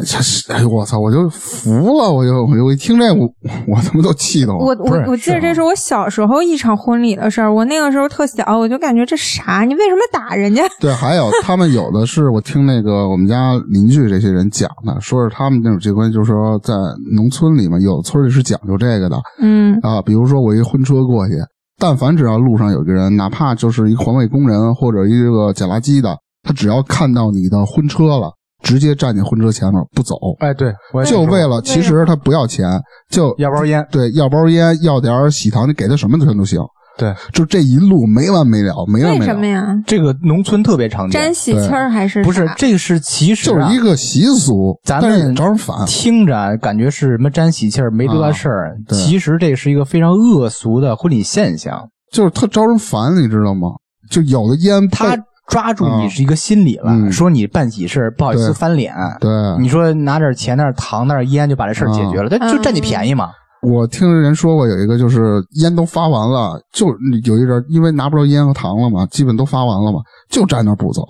Speaker 3: 这是哎呦我操，我就服了，我就我就我一听这我我他妈都气得
Speaker 2: 我
Speaker 1: 不是
Speaker 2: 我我记得
Speaker 1: 是啊
Speaker 2: 这是我小时候一场婚礼的事儿，我那个时候特小，我就感觉这啥？你为什么打人家？
Speaker 3: 对，还有他们有的是我听那个我们家邻居这些人讲的，说是他们那种结婚，就是说在农村里嘛，有的村里是讲究这个的
Speaker 2: 嗯
Speaker 3: 啊。比如说我一婚车过去，但凡只要路上有个人，哪怕就是一环卫工人或者一个捡垃圾的，他只要看到你的婚车了，直接站你婚车前面不走，
Speaker 1: 哎，对，我也
Speaker 3: 就
Speaker 1: 说
Speaker 3: 为了其实他不要钱，就
Speaker 1: 要包烟，
Speaker 3: 对要包烟要点儿喜糖，你给他什么全都行。
Speaker 1: 对，
Speaker 3: 就这一路没完没了，没完
Speaker 2: 为
Speaker 3: 没
Speaker 2: 什么
Speaker 3: 了，
Speaker 2: 呀？
Speaker 1: 这个农村特别常见
Speaker 2: 沾，喜气儿还是
Speaker 1: 不是
Speaker 2: 啥？
Speaker 1: 这个是其实
Speaker 3: 就
Speaker 1: 啊
Speaker 3: 是一个习俗，
Speaker 1: 咱
Speaker 3: 但是
Speaker 1: 们
Speaker 3: 也招人烦。
Speaker 1: 听着啊感觉是什么沾喜气儿没多大事儿，
Speaker 3: 啊对
Speaker 1: 其实这是一个非常恶俗的婚礼现象。
Speaker 3: 就是特招人烦，你知道吗？就有的烟被
Speaker 1: 他抓住你是一个心理了，
Speaker 3: 嗯
Speaker 1: 说你办喜事儿不好意思
Speaker 3: 对
Speaker 1: 翻脸，
Speaker 3: 对，
Speaker 1: 你说拿点钱、那点糖、那点烟就把这事儿解
Speaker 2: 嗯
Speaker 1: 决了，他、就占你便宜嘛。
Speaker 3: 我听人说过有一个就是烟都发完了，就有一人因为拿不着烟和糖了嘛，基本都发完了嘛，就站那儿不走。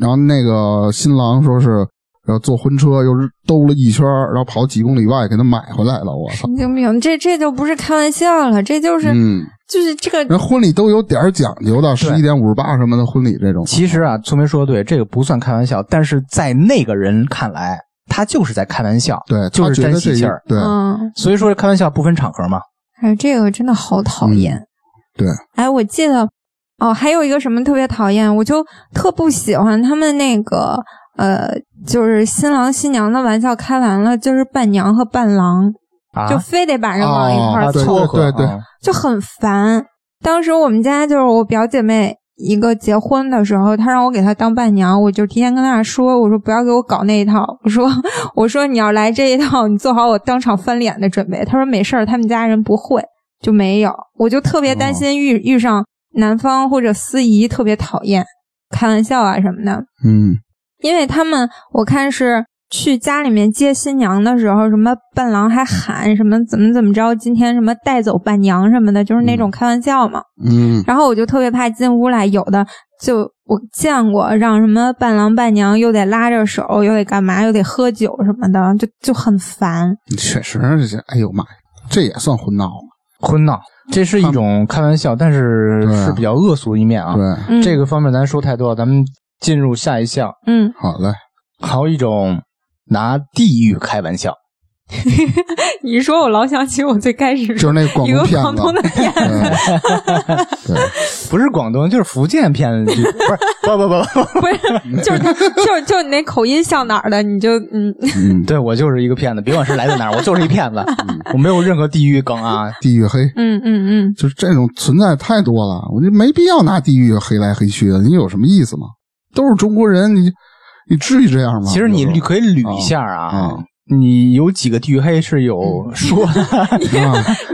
Speaker 3: 然后那个新郎说是，然后坐婚车又是兜了一圈儿，然后跑几公里外给他买回来了。我操！
Speaker 2: 神经病，这这就不是开玩笑了，这就是、
Speaker 3: 嗯，
Speaker 2: 就是这个
Speaker 3: 人婚礼都有点儿讲究的，十一点五十八什么的婚礼这种，
Speaker 1: 其实啊，聪明说的对，这个不算开玩笑，但是在那个人看来，他就是在开玩笑，
Speaker 3: 对，
Speaker 1: 就
Speaker 3: 他
Speaker 1: 是
Speaker 3: 觉
Speaker 1: 沾
Speaker 3: 得这
Speaker 1: 喜
Speaker 3: 一
Speaker 1: 气儿。
Speaker 3: 对，
Speaker 2: 嗯，
Speaker 1: 所以说开玩笑不分场合嘛。
Speaker 2: 哎，这个真的好讨厌。
Speaker 3: 嗯对，
Speaker 2: 哎，我记得哦，还有一个什么特别讨厌，我就特不喜欢他们那个呃，就是新郎新娘的玩笑开完了，就是伴娘和伴郎、
Speaker 1: 啊，
Speaker 2: 就非得把人往一块
Speaker 3: 啊
Speaker 2: 儿
Speaker 3: 对
Speaker 2: 凑，
Speaker 1: 撮合
Speaker 3: 对对
Speaker 1: 啊
Speaker 2: 就很烦。当时我们家就是我表姐妹一个结婚的时候，她让我给她当伴娘，我就提前跟她说，我说不要给我搞那一套，我说我说你要来这一套，你做好我当场翻脸的准备。她说没事儿，他们家人不会，就没有。我就特别担心遇、遇上男方或者司仪特别讨厌，开玩笑啊什么的。
Speaker 3: 嗯，
Speaker 2: 因为他们我看是去家里面接新娘的时候，什么伴郎还喊什么怎么怎么着，今天什么带走伴娘什么的，就是那种开玩笑嘛。
Speaker 3: 嗯，
Speaker 2: 然后我就特别怕进屋来，有的就我见过让什么伴郎伴娘又得拉着手，又得干嘛，又得喝酒什么的，就就很烦。
Speaker 3: 嗯确实是这，哎呦妈呀，这也算婚闹嘛？
Speaker 1: 婚闹，这是一种开玩笑，但是
Speaker 3: 对啊
Speaker 1: 是比较恶俗的一面啊。
Speaker 3: 对，
Speaker 2: 嗯、
Speaker 1: 这个方面咱说太多了，咱们进入下一项，
Speaker 2: 嗯，
Speaker 3: 好嘞，
Speaker 1: 还有一种拿地域开玩笑。
Speaker 2: 你一说我老想起我最开始
Speaker 3: 就是那广
Speaker 2: 一
Speaker 3: 东
Speaker 2: 个
Speaker 3: 骗
Speaker 2: 广
Speaker 3: 子
Speaker 2: 东，的片子，
Speaker 3: 对，
Speaker 1: 不是广东就是福建片，就不是不不不不，
Speaker 2: 不是，就是 他，就是就是你那口音像哪儿的，你就嗯，
Speaker 3: 嗯，
Speaker 1: 对我就是一个骗子，别管是来自哪儿，我就是一骗子，我没有任何地域梗啊。
Speaker 3: 地域黑，
Speaker 2: 嗯嗯嗯，
Speaker 3: 就是这种存在太多了，我就没必要拿地域黑来黑去的，你有什么意思吗？都是中国人，你你至于这样吗？
Speaker 1: 其实你
Speaker 3: 有时
Speaker 1: 你
Speaker 3: 候
Speaker 1: 可以捋一下啊
Speaker 3: 嗯，
Speaker 1: 你有几个地域黑是有说的，
Speaker 2: 你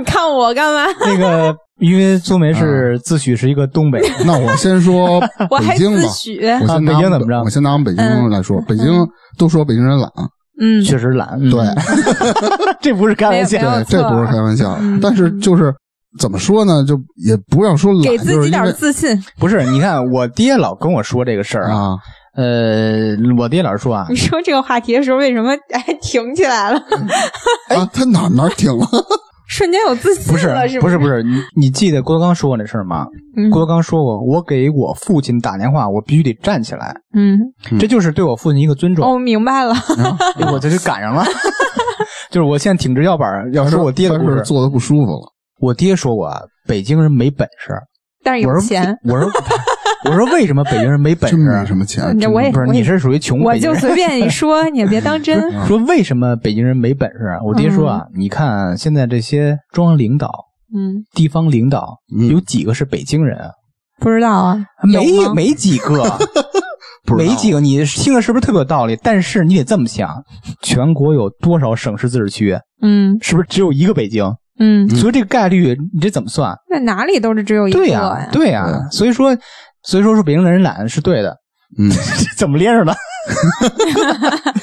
Speaker 2: 看我干嘛？
Speaker 1: 那个因为苏梅是自诩是一个东北人，
Speaker 3: 那我先说
Speaker 2: 我还
Speaker 3: 北京
Speaker 2: 自
Speaker 3: 吧，
Speaker 2: 诩，
Speaker 3: 我先拿
Speaker 1: 啊北京怎么着
Speaker 3: 我先拿我们北京
Speaker 2: 嗯
Speaker 3: 来说，北京都说北京人懒，
Speaker 2: 嗯，
Speaker 1: 确实懒，嗯
Speaker 3: 对，
Speaker 1: 这不是开玩笑
Speaker 2: 没有，没
Speaker 3: 对，
Speaker 2: 有
Speaker 3: 这不是开玩笑
Speaker 2: 嗯，
Speaker 3: 但是就是怎么说呢，就也不要说懒，
Speaker 2: 给自
Speaker 3: 就是
Speaker 2: 己
Speaker 3: 因
Speaker 2: 点
Speaker 3: 为
Speaker 2: 儿自信。
Speaker 1: 不是。你看我爹老跟我说这个事儿啊，
Speaker 3: 啊，
Speaker 1: 呃，我爹老是说啊
Speaker 2: 你，说这个话题的时候，为什么哎停起来了？哎
Speaker 3: 啊，他哪哪儿挺了，
Speaker 2: 瞬间有自信
Speaker 1: 不是
Speaker 2: 了，是
Speaker 1: 不是
Speaker 2: 是？
Speaker 1: 不是，你你记得郭德纲说过这事儿吗？
Speaker 2: 嗯
Speaker 1: 郭德纲说过，我给我父亲打电话，我必须得站起来，
Speaker 2: 嗯，
Speaker 3: 嗯
Speaker 1: 这就是对我父亲一个尊
Speaker 2: 哦，
Speaker 1: 重。
Speaker 2: 我明白了，
Speaker 1: 哎 我这就赶 上了，就是我现在挺直腰板儿。 要说我爹的
Speaker 3: 但
Speaker 1: 故
Speaker 3: 是
Speaker 1: 事，
Speaker 3: 做的不舒服了。
Speaker 1: 我爹说过啊，北京人没本事。
Speaker 2: 但是
Speaker 1: 我
Speaker 2: 有
Speaker 1: 说
Speaker 2: 钱，，
Speaker 1: 我说，我说为什么北京人没本
Speaker 3: 真 没
Speaker 1: 事啊
Speaker 3: 什？么钱，
Speaker 2: 你这嗯我也
Speaker 1: 不是，
Speaker 2: 我
Speaker 1: 你
Speaker 2: 也
Speaker 1: 是属于穷
Speaker 2: 我
Speaker 1: 北京
Speaker 2: 就
Speaker 1: 人。啊
Speaker 2: 随便一说，你也别当 真。
Speaker 1: 说为什么北京人没本事啊？我爹说啊，你看现在这些中央领导、
Speaker 2: 嗯，
Speaker 1: 地方领导，
Speaker 3: 嗯
Speaker 1: 有几个是北京人啊？
Speaker 2: 不知道啊，有
Speaker 1: 没
Speaker 2: 吗
Speaker 1: 没几个，
Speaker 3: 不知道
Speaker 1: 没几个。你听着是不是特别有道理？但是你得这么想，全国有多少省市自治区？
Speaker 2: 嗯
Speaker 1: 是不是只有一个北京？
Speaker 2: 嗯，
Speaker 1: 所以这个概率你这怎么算？
Speaker 2: 那哪里都是只有一个
Speaker 1: 对呀、
Speaker 2: 呀。
Speaker 1: 对呀、
Speaker 3: 对
Speaker 1: 所以说，所以说说北京人懒是对的，
Speaker 3: 嗯，
Speaker 1: 怎么连着的？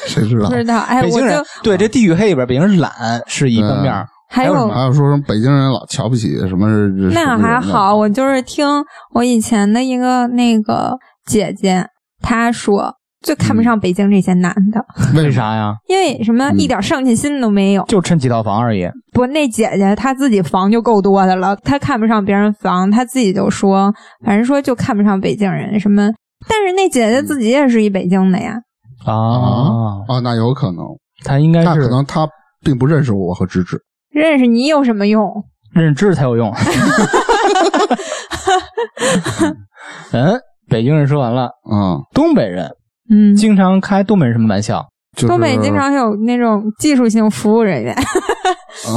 Speaker 3: 谁知道
Speaker 2: 不？知道，哎，
Speaker 1: 北
Speaker 2: 我
Speaker 1: 京人
Speaker 2: 就
Speaker 1: 对这地域黑里边，北京人懒是一方面儿，
Speaker 3: 嗯
Speaker 2: 还
Speaker 1: 还有什
Speaker 2: 有
Speaker 1: 么
Speaker 3: 还有说什么北京人老瞧不起什么日日
Speaker 2: 那还好，，我就是听我以前的一个那个姐姐她说，最看
Speaker 1: 嗯
Speaker 2: 不上北京这些男的，
Speaker 1: 为啥呀？
Speaker 2: 因为什么
Speaker 3: 嗯
Speaker 2: 一点上进心都没有。
Speaker 1: 就趁几套房而已。
Speaker 2: 不，那姐姐她自己房就够多的了，她看不上别人房，她自己就说，反正说就看不上北京人什么。但是那姐姐
Speaker 3: 嗯
Speaker 2: 自己也是一北京的呀，
Speaker 1: 啊，
Speaker 3: 啊，那有可能，
Speaker 1: 他应该
Speaker 3: 那
Speaker 1: 是
Speaker 3: 可能他并不认识我和芝芝。
Speaker 2: 认识你有什么用？
Speaker 1: 认知才有用。嗯，北京人说完了，
Speaker 3: 啊、
Speaker 1: 东北人
Speaker 2: 嗯，
Speaker 1: 经常开东北人什么玩笑？
Speaker 3: 就是呃
Speaker 2: 东北经常有那种技术性服务人员，
Speaker 3: 啊，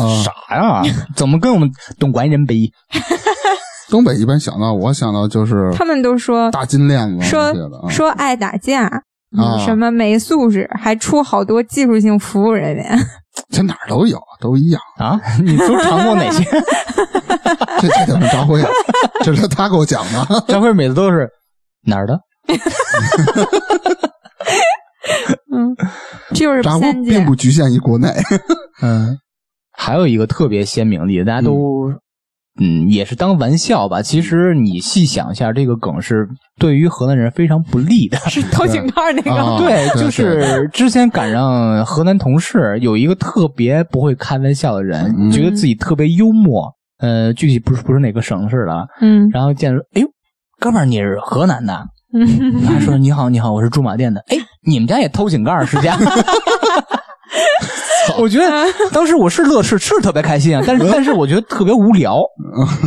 Speaker 1: 啥呀？怎么跟我们东莞人比？
Speaker 3: 东北一般想到我想到就是
Speaker 2: 他们都说
Speaker 3: 大金链子
Speaker 2: 说
Speaker 3: 那些的啊
Speaker 2: 说爱打架，嗯
Speaker 3: 啊
Speaker 2: 什么没素质，还出好多技术性服务人员。
Speaker 3: 这哪儿都有，都一样。
Speaker 1: 啊，你都尝过哪些？
Speaker 3: 这这得问张辉，这是他给我讲的。
Speaker 1: 张辉每次都是哪儿的？
Speaker 2: 嗯，这就是
Speaker 3: 张辉
Speaker 2: 三
Speaker 3: 并
Speaker 2: 姐
Speaker 3: 不局限于国内，
Speaker 1: 嗯，还有一个特别鲜明的例子，大家都嗯也是当玩笑吧。其实你细想一下，这个梗是对于河南人非常不利的。
Speaker 2: 是偷井盖那个。
Speaker 3: 啊
Speaker 1: 对，
Speaker 3: 对
Speaker 1: 就是之前赶上河南同事有一个特别不会开玩笑的人，
Speaker 3: 嗯
Speaker 1: 觉得自己特别幽默，呃，具体不是不是哪个省市的啊，
Speaker 2: 嗯
Speaker 1: 然后见着，哎呦，哥们儿你是河南 的，
Speaker 2: 嗯，
Speaker 1: 他说你好你好，我是驻马店的，哎，你们家也偷井盖儿是 家。我觉得当时我是乐是是特别开心啊，但是但是我觉得特别无聊。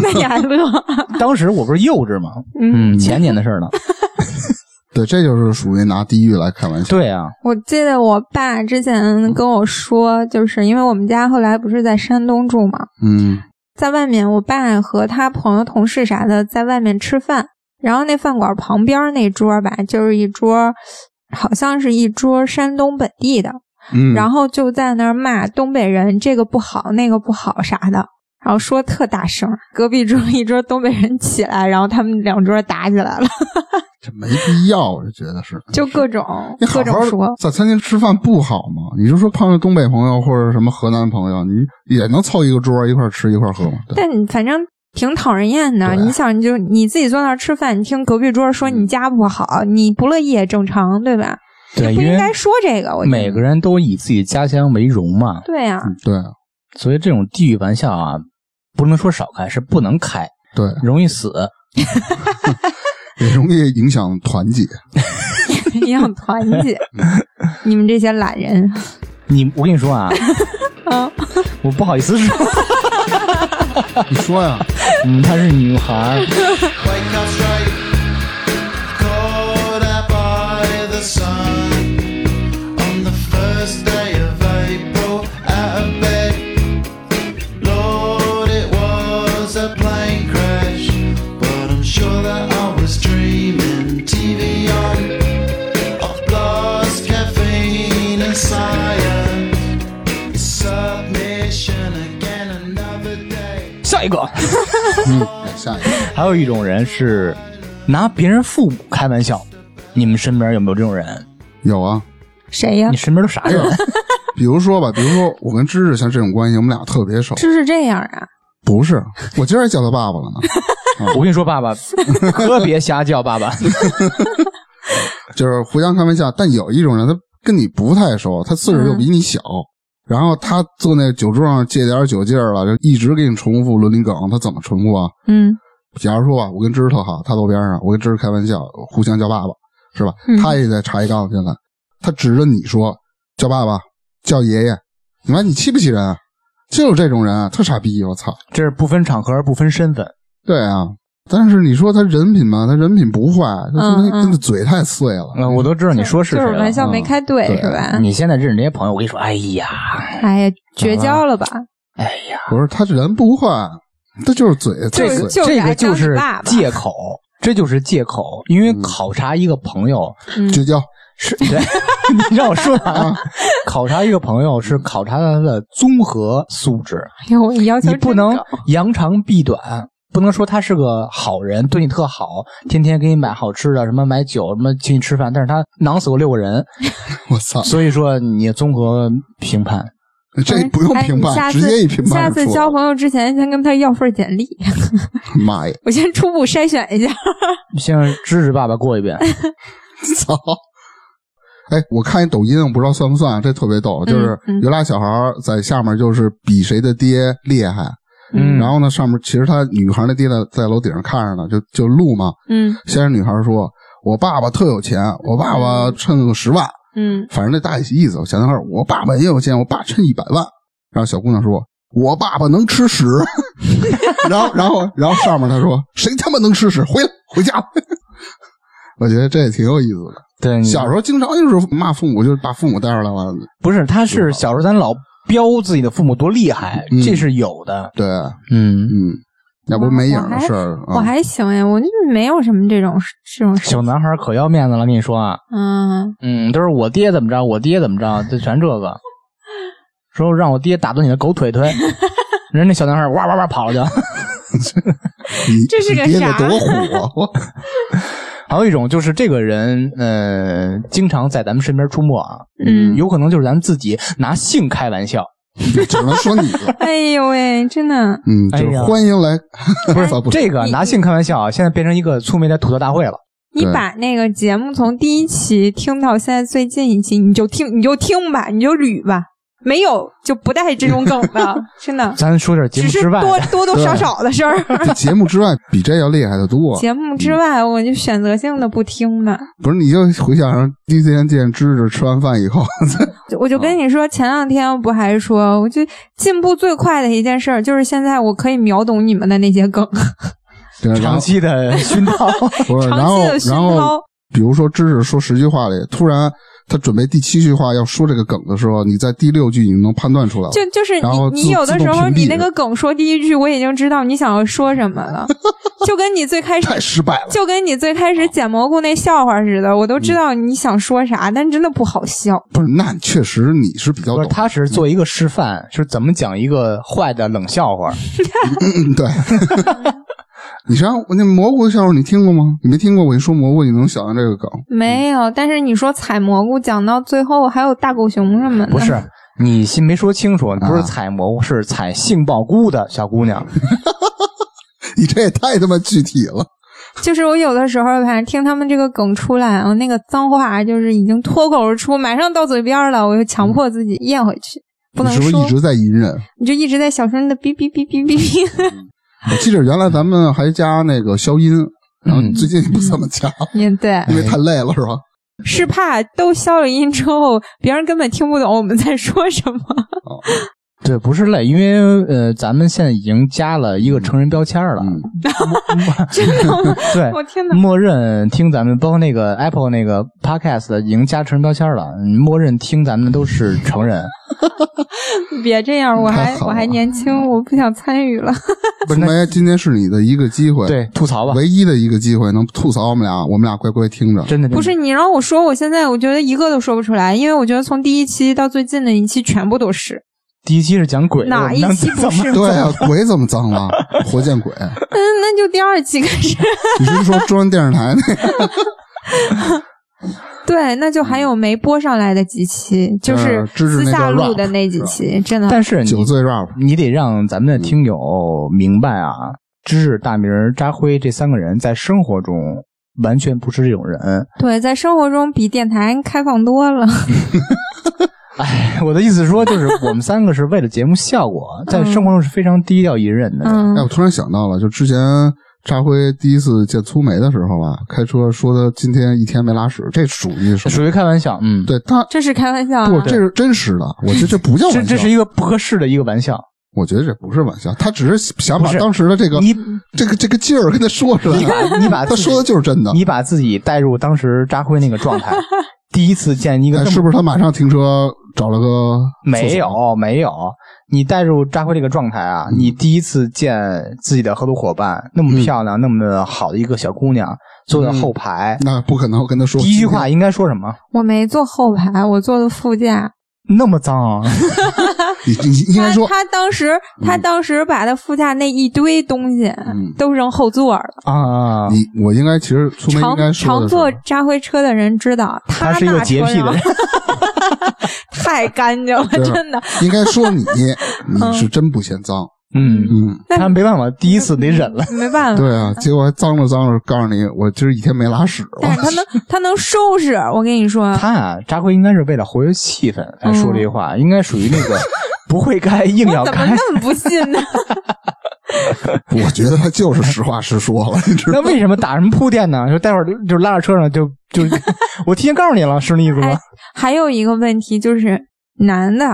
Speaker 2: 那也还乐。
Speaker 1: 当时我不是幼稚嘛，
Speaker 2: 嗯，
Speaker 1: 嗯，前年的事儿呢。
Speaker 3: 对，这就是属于拿地域来开玩笑。
Speaker 1: 对啊，
Speaker 2: 我记得我爸之前跟我说，就是因为我们家后来不是在山东住嘛，
Speaker 3: 嗯，
Speaker 2: 在外面，我爸和他朋友、同事啥的在外面吃饭，然后那饭馆旁边那桌吧，就是一桌，好像是一桌山东本地的，
Speaker 3: 嗯，
Speaker 2: 然后就在那儿骂东北人这个不好那个不好啥的，然后说特大声。隔壁桌一桌东北人起来，然后他们两桌打起来了，
Speaker 3: 这没必要，我就觉得是。
Speaker 2: 就各种
Speaker 3: 你好
Speaker 2: 各种
Speaker 3: 好
Speaker 2: 说。
Speaker 3: 在餐厅吃饭不好吗？你就说碰上东北朋友或者什么河南朋友，你也能凑一个桌儿一块儿吃一块儿喝嘛。对
Speaker 2: 但你反正挺讨人厌
Speaker 3: 对
Speaker 2: 的。
Speaker 3: 啊
Speaker 2: 你想，你就你自己坐那儿吃饭，你听隔壁桌
Speaker 1: 嗯
Speaker 2: 说你家不好，你不乐意也正常，对吧？
Speaker 1: 对，
Speaker 2: 不
Speaker 1: 因
Speaker 2: 应
Speaker 1: 为
Speaker 2: 该说这个，我觉得
Speaker 1: 每个人嗯都以自己家乡为荣嘛，
Speaker 2: 对呀、
Speaker 3: 对啊
Speaker 1: 所以这种地域玩笑啊，不能说少开，是不能开，
Speaker 3: 对，
Speaker 1: 容易死。
Speaker 3: 也容易影响团结。
Speaker 2: 一样团结。
Speaker 1: 嗯
Speaker 2: 你们这些懒人，
Speaker 1: 你，我跟你说啊，
Speaker 2: 啊，
Speaker 1: 我不好意思说，
Speaker 3: 你说呀，
Speaker 1: 嗯，她是女孩儿，
Speaker 4: Wake up straight, caught out by the sun. On the first day of April, out of bed. Lord, it was a plane crash, but I'm sure that I was dreaming. TV on, I've lost caffeine and science. It's submission again, another day.
Speaker 1: 下一个。
Speaker 3: 嗯，下一 个，
Speaker 1: 还有一种人是拿别人父母开玩笑，你们身边有没有这种人？
Speaker 3: 有啊，
Speaker 2: 谁呀
Speaker 1: 你？身边都啥啊人？
Speaker 3: 比如说吧，比如说我跟芝芝像这种关系，我们俩特别熟。
Speaker 2: 就是这样啊，
Speaker 3: 不是，我今儿还叫他爸爸 了呢。
Speaker 1: 我跟你说，爸 爸，可别瞎叫爸 爸。
Speaker 3: 就是互相开玩笑。但有一种人，他跟你不太熟，他岁数又比你小，然后他坐那酒桌上借点酒劲儿了，就一直给你重复伦理梗，他怎么重复啊？
Speaker 2: 嗯
Speaker 3: 假如说啊吧，我跟芝芝特好，他坐边上，我跟芝芝开玩笑，互相叫爸爸，是吧？
Speaker 2: 嗯
Speaker 3: 他也在茶一缸子进来，他指着你说叫爸爸，叫爷爷，你妈你气不气人？啊？就有这种人，啊特傻逼，我操！
Speaker 1: 这是不分场合、不分身份。
Speaker 3: 对啊，但是你说他人品吧，他人品不坏，他他妈
Speaker 2: 嗯嗯
Speaker 3: 真的嘴太碎了。
Speaker 1: 嗯，我都知道你说是
Speaker 2: 就是
Speaker 1: 谁了嗯
Speaker 2: 玩。笑没开对
Speaker 3: 对
Speaker 2: 是吧？
Speaker 1: 你现在认识这些朋友，我跟你说，哎呀，
Speaker 2: 哎呀，绝交了吧？
Speaker 1: 哎呀，
Speaker 3: 不是他人不坏，他就是嘴
Speaker 2: 就
Speaker 3: 太碎。
Speaker 2: 是就
Speaker 1: 这
Speaker 2: 爱
Speaker 1: 个
Speaker 2: 当
Speaker 1: 就
Speaker 2: 你
Speaker 1: 是
Speaker 2: 爸爸，
Speaker 1: 借口，这就是借口。因为考察一个朋友
Speaker 2: 嗯
Speaker 3: 绝交
Speaker 1: 是， 对你让我说完啊。考察一个朋友是考察他的综合素质，
Speaker 2: 哎呦，我要求
Speaker 1: 你不
Speaker 2: 真
Speaker 1: 能
Speaker 2: 高
Speaker 1: 扬长避短，不能说他是个好人，对你特好，天天给你买好吃的，什么买酒，什么请你吃饭，但是他囊死过六个人，
Speaker 3: 我操，
Speaker 1: 所以说你综合评判。
Speaker 3: 这不用评
Speaker 2: 哎你下
Speaker 3: 判，
Speaker 2: 次
Speaker 3: 直接一评
Speaker 2: 下
Speaker 3: 判
Speaker 2: 次
Speaker 3: 就
Speaker 2: 交
Speaker 3: 出。
Speaker 2: 朋友之前，先跟他要份儿简历，
Speaker 3: 妈呀，
Speaker 2: 我先初步筛选一下。
Speaker 1: 先支持爸爸过一遍，
Speaker 3: 操！ 哎，我看一抖音，我不知道算不算，这特别逗，就是
Speaker 2: 嗯
Speaker 3: 有俩小孩儿在下面就是比谁的爹厉害，
Speaker 1: 嗯
Speaker 3: 然后呢上面其实他女孩的爹在在楼顶上看着呢，就就录嘛。
Speaker 2: 嗯
Speaker 3: 先是女孩说：“我爸爸特有钱，我爸爸趁个十万，
Speaker 2: 嗯
Speaker 3: 反正那大意思。”小男孩儿：“我爸爸也有钱，我爸趁一百万。”然后小姑娘说：“我爸爸能吃屎。” 然后，然后，然后上面他说：“谁他妈能吃屎？回来，回家。” 我觉得这也挺有意思的。
Speaker 1: 对，你
Speaker 3: 小时候经常哎就是骂父母，就是把父母带出来了。
Speaker 1: 不是，他是小时候咱老标自己的父母多厉害，
Speaker 3: 嗯
Speaker 1: 这是有的。
Speaker 3: 对，
Speaker 1: 嗯，
Speaker 3: 嗯，要不没影儿的事儿。啊
Speaker 2: 我还行呀，我就没有什么这种这种事
Speaker 1: 小。男孩可要面子了，跟你说啊，
Speaker 2: 嗯，
Speaker 1: 嗯，都是我爹怎么着，我爹怎么着，就全这个，说让我爹打断你的狗腿腿，人家那小男孩哇哇哇跑了就。
Speaker 3: 你
Speaker 2: 这是个
Speaker 3: 嗯你爹
Speaker 2: 啥
Speaker 3: 多虎啊！
Speaker 1: 还有一种就是这个人，呃，经常在咱们身边出没啊，
Speaker 2: 嗯
Speaker 1: 有可能就是咱们自己拿性开玩笑，
Speaker 3: 我只能说你 了。
Speaker 2: 哎呦喂，真的，
Speaker 3: 嗯，
Speaker 1: 哎
Speaker 3: 就
Speaker 1: 呀
Speaker 3: 是欢迎来，
Speaker 1: 不是
Speaker 2: 哎
Speaker 3: 咱不
Speaker 1: 这个
Speaker 2: 你
Speaker 1: 拿性开玩笑啊，现在变成一个粗眉的吐槽大会了。
Speaker 2: 你
Speaker 3: 对
Speaker 2: 把那个节目从第一期听到现在最近一期，你就听你就听吧，你就捋吧，没有就不带这种梗 的，真的，
Speaker 1: 咱说点节
Speaker 2: 只
Speaker 1: 目
Speaker 2: 是
Speaker 1: 之外
Speaker 2: 多
Speaker 1: 的，
Speaker 2: 多多少少的事儿。
Speaker 3: 这节目之外比这要厉害的多。
Speaker 2: 节目之外，我就选择性的不听吧。
Speaker 3: 不是，你就回想上第一天见芝芝吃完饭以后，
Speaker 2: 就我就
Speaker 3: 嗯
Speaker 2: 跟你说，前两天不还说，我就进步最快的一件事儿，就是现在我可以秒懂你们的那些梗，
Speaker 3: 对然
Speaker 1: 长
Speaker 3: 后
Speaker 1: 期的 熏陶，
Speaker 3: 不呃是，然
Speaker 2: 长
Speaker 3: 后
Speaker 2: 期的熏
Speaker 3: 然后
Speaker 2: 陶，
Speaker 3: 比如说芝芝说十句话里，突然他准备第七句话要说这个梗的时候，你在第六句你能判断出来了。
Speaker 2: 就就是
Speaker 3: 啊然后自
Speaker 2: 你你有的时
Speaker 3: 自
Speaker 2: 候
Speaker 3: 动屏蔽
Speaker 2: 你那个梗说第一句，我已经知道你想要说什 么了，就跟你最开始
Speaker 3: 太啊失败了，
Speaker 2: 就跟你最开始捡蘑菇那笑话似的，我都
Speaker 3: 嗯
Speaker 2: 知道你想说啥，但真的不好笑。
Speaker 3: 不是？那确实你是比较
Speaker 1: 不是，，
Speaker 3: 懂
Speaker 1: 他是做一个示范，是怎么讲一个坏的冷笑话。
Speaker 3: 嗯， 对。你像我那蘑菇的笑话，你听过吗？你没听过，我一说蘑菇，你能想到这个梗？
Speaker 2: 没有，但是你说采蘑菇讲到最后还有大狗熊什么的，
Speaker 1: 不 是，你先没说清楚，不是采蘑菇，是采杏鲍菇的小姑 娘。
Speaker 3: 你这也太他妈具体了。
Speaker 2: 就是我有的时候反正听他们这个梗出来，我那个脏话就是已经脱口而出，马上到嘴边了，我又强迫自己咽回去，不
Speaker 3: 嗯你
Speaker 2: 能
Speaker 3: 是不是
Speaker 2: 说，
Speaker 3: 一直在隐 忍？
Speaker 2: 你就一直在小声的哔哔哔哔 哔哔，
Speaker 3: 我记着原来咱们还加那个消音，然后
Speaker 1: 嗯
Speaker 3: 最近不怎么加，
Speaker 2: 也对，
Speaker 3: 因为太累了，是吧？
Speaker 2: 是怕都消了音之后，别人根本听不懂我们在说什 么。
Speaker 1: 对，不是累，因为呃，咱们现在已经加了一个成人标签了。
Speaker 3: 嗯，
Speaker 2: 真的吗？
Speaker 1: 对，
Speaker 2: 我天哪！
Speaker 1: 默认听咱们，包括那个 Apple 那个 Podcast 已经加成人标签了，嗯默认听咱们的都是成人。
Speaker 2: 别这样，我还
Speaker 3: 太好啊嗯了
Speaker 2: 我还年轻，我不想参与了。
Speaker 3: 苏梅，今天是你的一个机会，
Speaker 1: 对，吐槽吧，
Speaker 3: 唯一的一个机会能吐槽我们俩，我们俩乖乖听着。
Speaker 1: 真的真的
Speaker 2: 不是你让我说，我现在我觉得一个都说不出来，因为我觉得从第一期到最近的一期全部都是。
Speaker 1: 第一期是讲鬼的，
Speaker 2: 哪一期
Speaker 1: 我
Speaker 2: 不是
Speaker 1: 们能怎么
Speaker 3: 对啊，鬼怎么脏了？活见鬼！
Speaker 2: 嗯，那就第二期开始。
Speaker 3: 你是说中央电视台那个？
Speaker 2: 对，那就还有没播上来的几期，就是
Speaker 3: 呃支持
Speaker 2: 私
Speaker 3: 那
Speaker 2: 下
Speaker 3: 个
Speaker 2: 录
Speaker 3: rap，
Speaker 2: 的那几期，真的。
Speaker 1: 但是你
Speaker 3: 酒醉 rap，
Speaker 1: 你得让咱
Speaker 3: 嗯
Speaker 1: 们的听友明白啊，芝芝、大明儿、扎辉这三个人在生活中完全不是这种人。
Speaker 2: 对，在生活中比电台开放多了。
Speaker 1: 哎，我的意思是说，就是我们三个是为了节目效果，在生活中是非常低调隐忍的。
Speaker 2: 嗯
Speaker 3: 哎，，我突然想到了，就之前扎辉第一次见粗梅的时候吧，开车说他今天一天没拉屎，这属于什么？
Speaker 1: 属于开玩笑，嗯，，
Speaker 3: 对他
Speaker 2: 这是开玩笑啊。
Speaker 3: 不，这是真实的，我觉得这不叫玩
Speaker 1: 这
Speaker 3: 笑，
Speaker 1: 这是一个不合适的一个玩笑。
Speaker 3: 我觉得这不是玩笑，他只是想把
Speaker 1: 不是
Speaker 3: 当时的这个
Speaker 1: 你
Speaker 3: 这个这个劲儿跟他说出来
Speaker 1: 你把
Speaker 3: 了。
Speaker 1: 你把
Speaker 3: 他
Speaker 1: 自己
Speaker 3: 说的就是真的。
Speaker 1: 你把自己带入当时扎辉那个状态，第一次见一个
Speaker 3: 哎
Speaker 1: 这
Speaker 3: 是
Speaker 1: 么
Speaker 3: 不是他马上停车找了个
Speaker 1: 没
Speaker 3: 厕所？
Speaker 1: 有没有，你带入扎辉这个状态啊，你第一次见自己的合作伙伴那么漂亮、那么好的一个小姑娘坐在后排，
Speaker 3: 那不可能，我跟他说
Speaker 1: 第一句话应该说什么？
Speaker 2: 我没坐后排，我坐的副驾。
Speaker 1: 那么脏、啊，
Speaker 3: 你你你应该说
Speaker 2: 他他当时他当时把他副驾那一堆东西
Speaker 3: 嗯
Speaker 2: 都扔后座了。
Speaker 1: 啊，
Speaker 3: 你我应该其实粗梅应该说
Speaker 2: 常常
Speaker 3: 的是
Speaker 2: 坐扎辉车的人知道，
Speaker 1: 他是一个
Speaker 2: 那
Speaker 1: 洁
Speaker 2: 车
Speaker 1: 癖的
Speaker 2: 上
Speaker 1: 人，
Speaker 2: 太干净了，
Speaker 3: 对
Speaker 2: 真的。 嗯
Speaker 3: 应该说你，你是真不嫌脏。
Speaker 1: 嗯，
Speaker 3: 嗯，
Speaker 1: 他们没办法，第一次得忍了。
Speaker 2: 没办法。
Speaker 3: 对啊，结果还脏着脏着，告诉你我今儿一天没拉屎
Speaker 2: 嗯但是
Speaker 3: 了。
Speaker 2: 他能，他能收拾。我跟你说，
Speaker 1: 他啊，扎辉应该是为了活跃气氛才说这句话，应该属于那个不会开硬要
Speaker 2: 怎么
Speaker 1: 开。
Speaker 2: 那么不信呢？
Speaker 3: 我觉得他就是实话实说 了，你知道
Speaker 1: 那为什么打什么铺垫呢？就待会儿就就拉着车上就 就，我提前告诉你了，是那意思吗？
Speaker 2: 还有一个问题就是，男的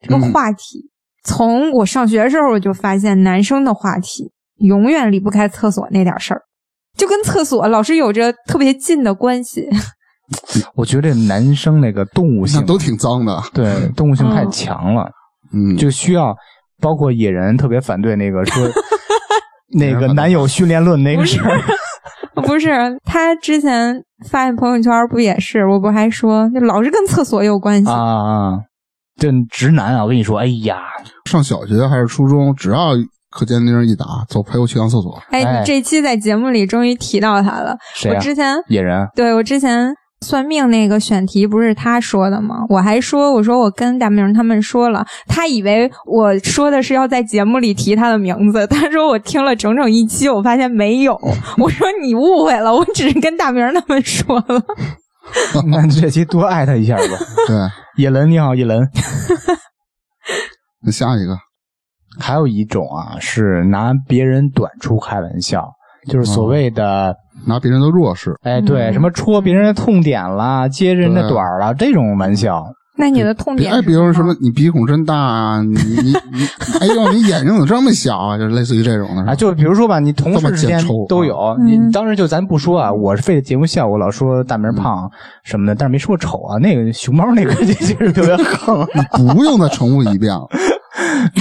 Speaker 2: 这个
Speaker 1: 嗯
Speaker 2: 话题，从我上学的时候我就发现，男生的话题永远离不开厕所那点事儿，就跟厕所老是有着特别近的关系。
Speaker 1: 我觉得男生那个动物
Speaker 3: 吗？
Speaker 1: 性
Speaker 3: 都挺脏的，
Speaker 1: 对动物性
Speaker 2: 哦
Speaker 1: 太强了，
Speaker 3: 嗯，
Speaker 1: 就需要包括野人特别反对那个 说那个男友训练论那个事儿。
Speaker 2: 不是他之前发现朋友圈不也是，我不还说就老是跟厕所有关系。
Speaker 1: 啊啊！这直男啊，我跟你说，哎呀，
Speaker 3: 上小学还是初中，只要课间铃一打，走，陪我去趟厕 所。
Speaker 2: 哎，
Speaker 1: 哎
Speaker 2: 你这期在节目里终于提到他了。
Speaker 1: 谁
Speaker 2: 我
Speaker 1: 啊？
Speaker 2: 之前
Speaker 1: 野 人
Speaker 2: 对我之前算命那个选题不是他说的吗？我还说我说我跟大明他们说了，他以为我说的是要在节目里提他的名字，他说我听了整整一期，我发现没 有。我说你误会了，我只是跟大明他们说了。
Speaker 1: 那这期多艾特一下吧。
Speaker 3: 对，
Speaker 1: 野人你好，野人。
Speaker 3: 那下一个，
Speaker 1: 还有一种啊，是拿别人短处开玩笑，就是所谓的，
Speaker 3: 拿别人的弱势，
Speaker 1: 哎，对，
Speaker 2: 哦嗯
Speaker 1: 什么戳别人的痛点啦，揭人的短儿啦，这种玩笑。
Speaker 2: 那你的痛
Speaker 3: 别
Speaker 2: 点
Speaker 3: 哎，
Speaker 2: 是
Speaker 3: 比如
Speaker 2: 什
Speaker 3: 什
Speaker 2: 么
Speaker 3: 么，你鼻孔真大啊，你你你， 哎呦，你眼睛怎么这么小啊？就是类似于这种的，
Speaker 2: 哎
Speaker 1: 啊，就比如说吧，你同事之间
Speaker 3: 这么欠抽啊
Speaker 1: 都有，
Speaker 2: 嗯
Speaker 1: 你当时就咱不说啊，我是为了节目效果老说大明
Speaker 3: 嗯
Speaker 1: 胖什么的，但是没说丑啊。那个熊猫那个就实特别 横，
Speaker 3: 不用再重复一 遍了。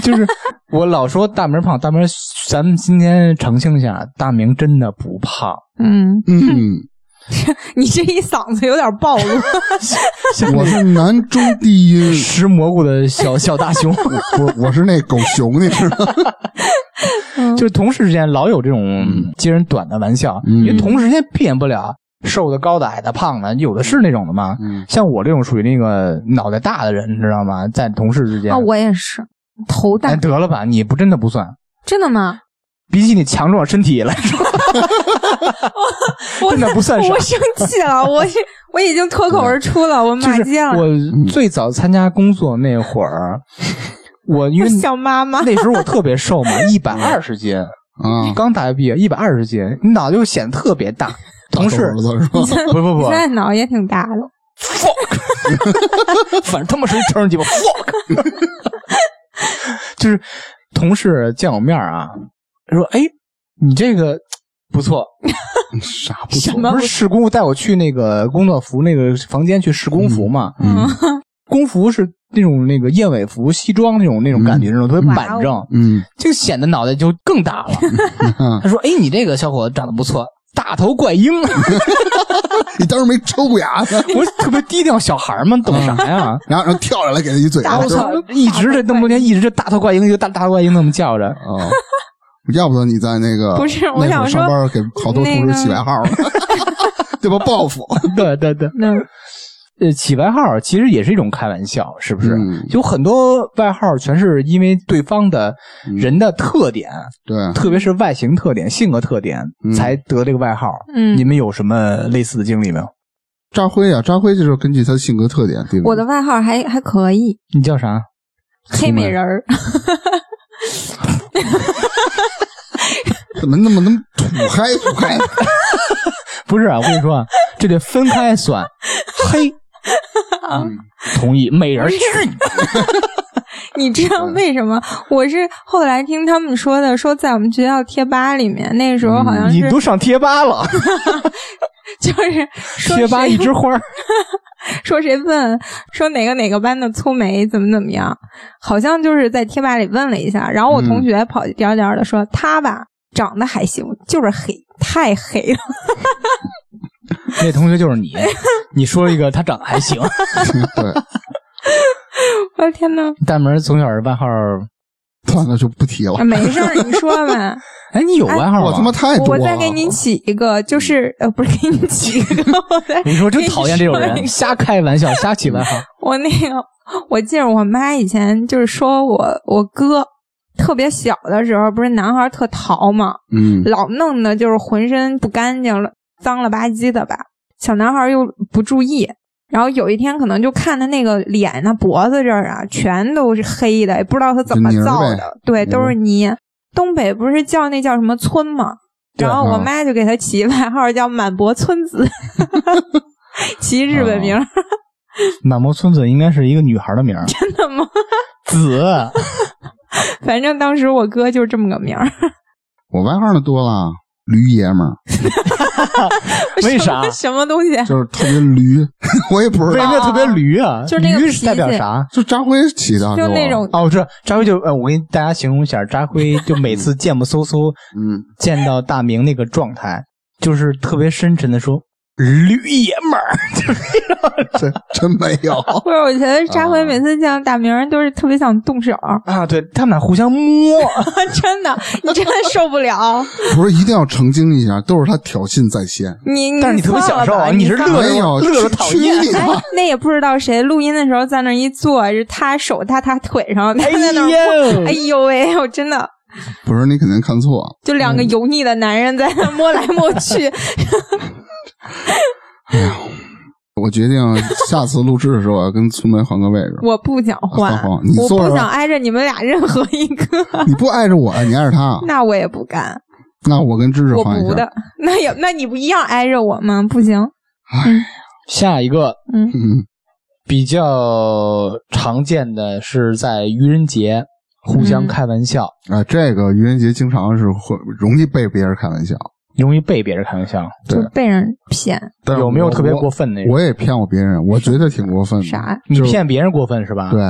Speaker 1: 就是我老说大明胖，大明，咱们今天澄清一下，大明真的不胖。
Speaker 2: 嗯，
Speaker 3: 嗯，
Speaker 2: 你这一嗓子有点暴露。
Speaker 1: 像，
Speaker 3: 我是男中低音
Speaker 1: 吃蘑菇的小小大 熊，
Speaker 3: 我我是那狗熊，你知道吗？
Speaker 1: 就是同事之间老有这种揭人短的玩笑，因
Speaker 3: 嗯
Speaker 1: 为同事之间避免不了瘦的、高的、矮的、胖的，有的是那种的嘛。
Speaker 3: 嗯
Speaker 1: 像我这种属于那个脑袋大的人，你知道吗？在同事之间，
Speaker 2: 啊，我也是头大
Speaker 1: 哎，，得了吧，你不真的不算，
Speaker 2: 真的吗？
Speaker 1: 比起你强壮身体来说，
Speaker 2: 我
Speaker 1: 真的不算啥
Speaker 2: 我。生气 了，我是我已经脱口而出了，我
Speaker 1: 就
Speaker 2: 骂
Speaker 1: 是
Speaker 2: 街了。
Speaker 1: 我最早参加工作那会儿，我因为
Speaker 2: 小妈妈，
Speaker 1: 那时候我特别瘦嘛，一百二十斤，
Speaker 3: 啊，
Speaker 1: 刚大学毕业，一百二十斤，你脑袋就显得特别嗯大。同事
Speaker 3: 大手指头是吧？
Speaker 1: 不不
Speaker 2: 你
Speaker 1: 不
Speaker 2: 现，在脑也挺大的。
Speaker 1: 反正他妈是一成人鸡巴 fuck，就是同事见我面儿啊，说哎，你这个不错，
Speaker 3: 啥不
Speaker 2: 什
Speaker 3: 懂？
Speaker 2: 么
Speaker 1: 不是试工带我去那个工作服那个房间去试工服嘛，
Speaker 3: 嗯
Speaker 1: 工服是那种那个燕尾服西装那种那种感觉，那种特别板正，
Speaker 3: 嗯
Speaker 1: 就显得脑袋就更大了。
Speaker 3: 嗯，
Speaker 1: 他说哎，你这个小伙子长得不错。大头怪婴，
Speaker 3: 你当时没抽过牙 呢，
Speaker 1: 我特别低调，小孩儿嘛，懂啥 呀？
Speaker 3: 然后然后跳下来给他一嘴巴
Speaker 2: 大。
Speaker 1: 我
Speaker 2: 手
Speaker 1: 操，一直这那么多年，一直这大头怪婴，就大大头怪婴那么叫着。嗯
Speaker 3: 哦，要不得你在那个
Speaker 2: 不是
Speaker 3: 那
Speaker 2: 我
Speaker 3: 会
Speaker 2: 想
Speaker 3: 儿上
Speaker 2: 说
Speaker 3: 班给好多同
Speaker 2: 那个
Speaker 3: 事起外 号了，对吧？报复，
Speaker 1: 对对对，
Speaker 2: 那
Speaker 1: 呃，起外号其实也是一种开玩笑，是不是？
Speaker 3: 嗯
Speaker 1: 有很多外号全是因为对方的人的特点，
Speaker 3: 对，
Speaker 1: 特别是外形特点、性格特点，
Speaker 3: 嗯
Speaker 1: 才得这个外号。
Speaker 2: 嗯
Speaker 1: 你们有什么类似的经历没有？
Speaker 3: 扎辉啊，扎辉就是根据他的性格特点定
Speaker 2: 我的外号还还可以，
Speaker 1: 你叫啥？
Speaker 2: 黑美人儿。
Speaker 3: 怎么那么能土嗨土 嗨？
Speaker 1: 不是啊，我跟你说啊，这得分开算。 嘿，啊，同意，美人儿去你
Speaker 2: 你知道为什么？我是后来听他们说的，说在我们学校贴吧里面，那时候好像
Speaker 1: 你
Speaker 2: 是
Speaker 1: 都上贴吧了，
Speaker 2: 就是说
Speaker 1: 贴吧
Speaker 2: 谁
Speaker 1: 一枝花儿。
Speaker 2: 说谁问说哪个哪个班的粗眉怎么怎么样，好像就是在贴吧里问了一下，然后我
Speaker 1: 嗯
Speaker 2: 同学跑去颠颠的说他吧长得还行，就是黑太黑了。
Speaker 1: 那同学就是你，你说一个他长得还行，
Speaker 3: 对，
Speaker 2: 我的天呐，
Speaker 1: 大门从小是外号儿。
Speaker 3: 算了，就不提 了。
Speaker 2: 没事儿，你说 吧。
Speaker 1: 哎，你有外号吗？
Speaker 3: 我他妈太多
Speaker 2: 我
Speaker 3: 了，
Speaker 2: 再给你起一个，就是呃，不是给你起一个， 我再
Speaker 1: 你说真讨厌这种
Speaker 2: 给
Speaker 1: 人，
Speaker 2: 你
Speaker 1: 瞎开玩笑，瞎起外号。
Speaker 2: 我那个，我记得我妈以前就是说我我哥特别小的时候，不是男孩特淘嘛，
Speaker 3: 嗯，
Speaker 2: 老弄的就是浑身不干净了，脏了吧唧的吧。小男孩又不注意，然后有一天可能就看他那个脸、啊、脖子这儿啊，全都是黑的，也不知道他怎么
Speaker 3: 就泥儿
Speaker 2: 造
Speaker 3: 呗嗯
Speaker 2: 的，对，都是泥。东北不是叫那叫什么村吗？
Speaker 3: 对
Speaker 2: 然后我
Speaker 3: 啊
Speaker 2: 妈就给他起外号叫满博村子， 起日本
Speaker 3: 哦
Speaker 2: 名儿
Speaker 1: 满摩村子应该是一个女孩的名儿，
Speaker 2: 真的吗？
Speaker 1: 子。
Speaker 2: 反正当时我哥就是这么个名儿，
Speaker 3: 我外号的多了，驴爷们儿，
Speaker 1: 为
Speaker 2: 什
Speaker 1: 啥
Speaker 2: 么？什么东西？
Speaker 3: 就是特别驴， 我也不
Speaker 1: 为
Speaker 3: 知
Speaker 1: 什
Speaker 3: 道，
Speaker 1: 么特别驴啊？
Speaker 2: 就是那个
Speaker 1: 驴是代表
Speaker 2: 脾气
Speaker 1: 啥？
Speaker 3: 就张辉起的，
Speaker 2: 就那
Speaker 3: 给我
Speaker 2: 种，
Speaker 1: 哦，我知道，扎辉就呃，我给大家形容一下，扎辉就每次贱不嗖嗖
Speaker 3: 嗯，
Speaker 1: 见到大明那个状态，就是特别深沉的说：“驴爷们儿。
Speaker 3: 真真没有，
Speaker 2: 或者我觉得扎辉每次见到大明儿都是特别想动手，”
Speaker 1: 啊，对他们俩互相摸，
Speaker 2: 真的，你真的受不了。
Speaker 3: 不是一定要澄清一下，都是他挑衅在先，
Speaker 2: 你
Speaker 1: 但是你特别
Speaker 2: 算
Speaker 1: 享
Speaker 2: 了
Speaker 1: 受啊
Speaker 2: 吧
Speaker 1: 你是
Speaker 2: 算了
Speaker 1: 乐
Speaker 3: 没有，
Speaker 1: 乐得
Speaker 3: 去
Speaker 1: 讨
Speaker 3: 去
Speaker 1: 厌
Speaker 3: 你的
Speaker 2: 哎
Speaker 3: 吧！，
Speaker 2: 那也不知道谁录音的时候在那儿一坐，是他手搭他腿上，他
Speaker 1: 哎
Speaker 2: 在那儿，
Speaker 1: 呦
Speaker 2: 哎，呦喂，我真的
Speaker 3: 不是你肯定看错了，
Speaker 2: 就
Speaker 1: 嗯
Speaker 2: 两个油腻的男人在那儿摸来摸 去，
Speaker 3: 我决定下次录制的时候，我要跟村梅换个位置。
Speaker 2: 我不想换
Speaker 3: 啊换换你，
Speaker 2: 我
Speaker 3: 坐着吧
Speaker 2: 不想挨着你们俩任何一个，
Speaker 3: 你不碍着我，啊你碍着他，
Speaker 2: 那我也不干，
Speaker 3: 那我跟芝芝
Speaker 2: 我
Speaker 3: 换一
Speaker 2: 不
Speaker 3: 下。
Speaker 2: 的， 那也那你不一样挨着我吗？不行，
Speaker 1: 下一个
Speaker 2: 嗯
Speaker 3: 嗯，
Speaker 1: 比较常见的是在愚人节互相
Speaker 2: 嗯
Speaker 1: 开玩笑，
Speaker 3: 啊，这个愚人节经常是会容易被别人开玩笑，
Speaker 1: 容易被别人开玩笑。
Speaker 2: 就被人骗
Speaker 3: 但是
Speaker 1: 有没有
Speaker 3: 我
Speaker 1: 特别过分那种？
Speaker 3: 我也骗过别人，我觉得挺过分的。
Speaker 2: 啥？
Speaker 1: 你
Speaker 3: 就是
Speaker 1: 骗别人过分是吧？，
Speaker 3: 对，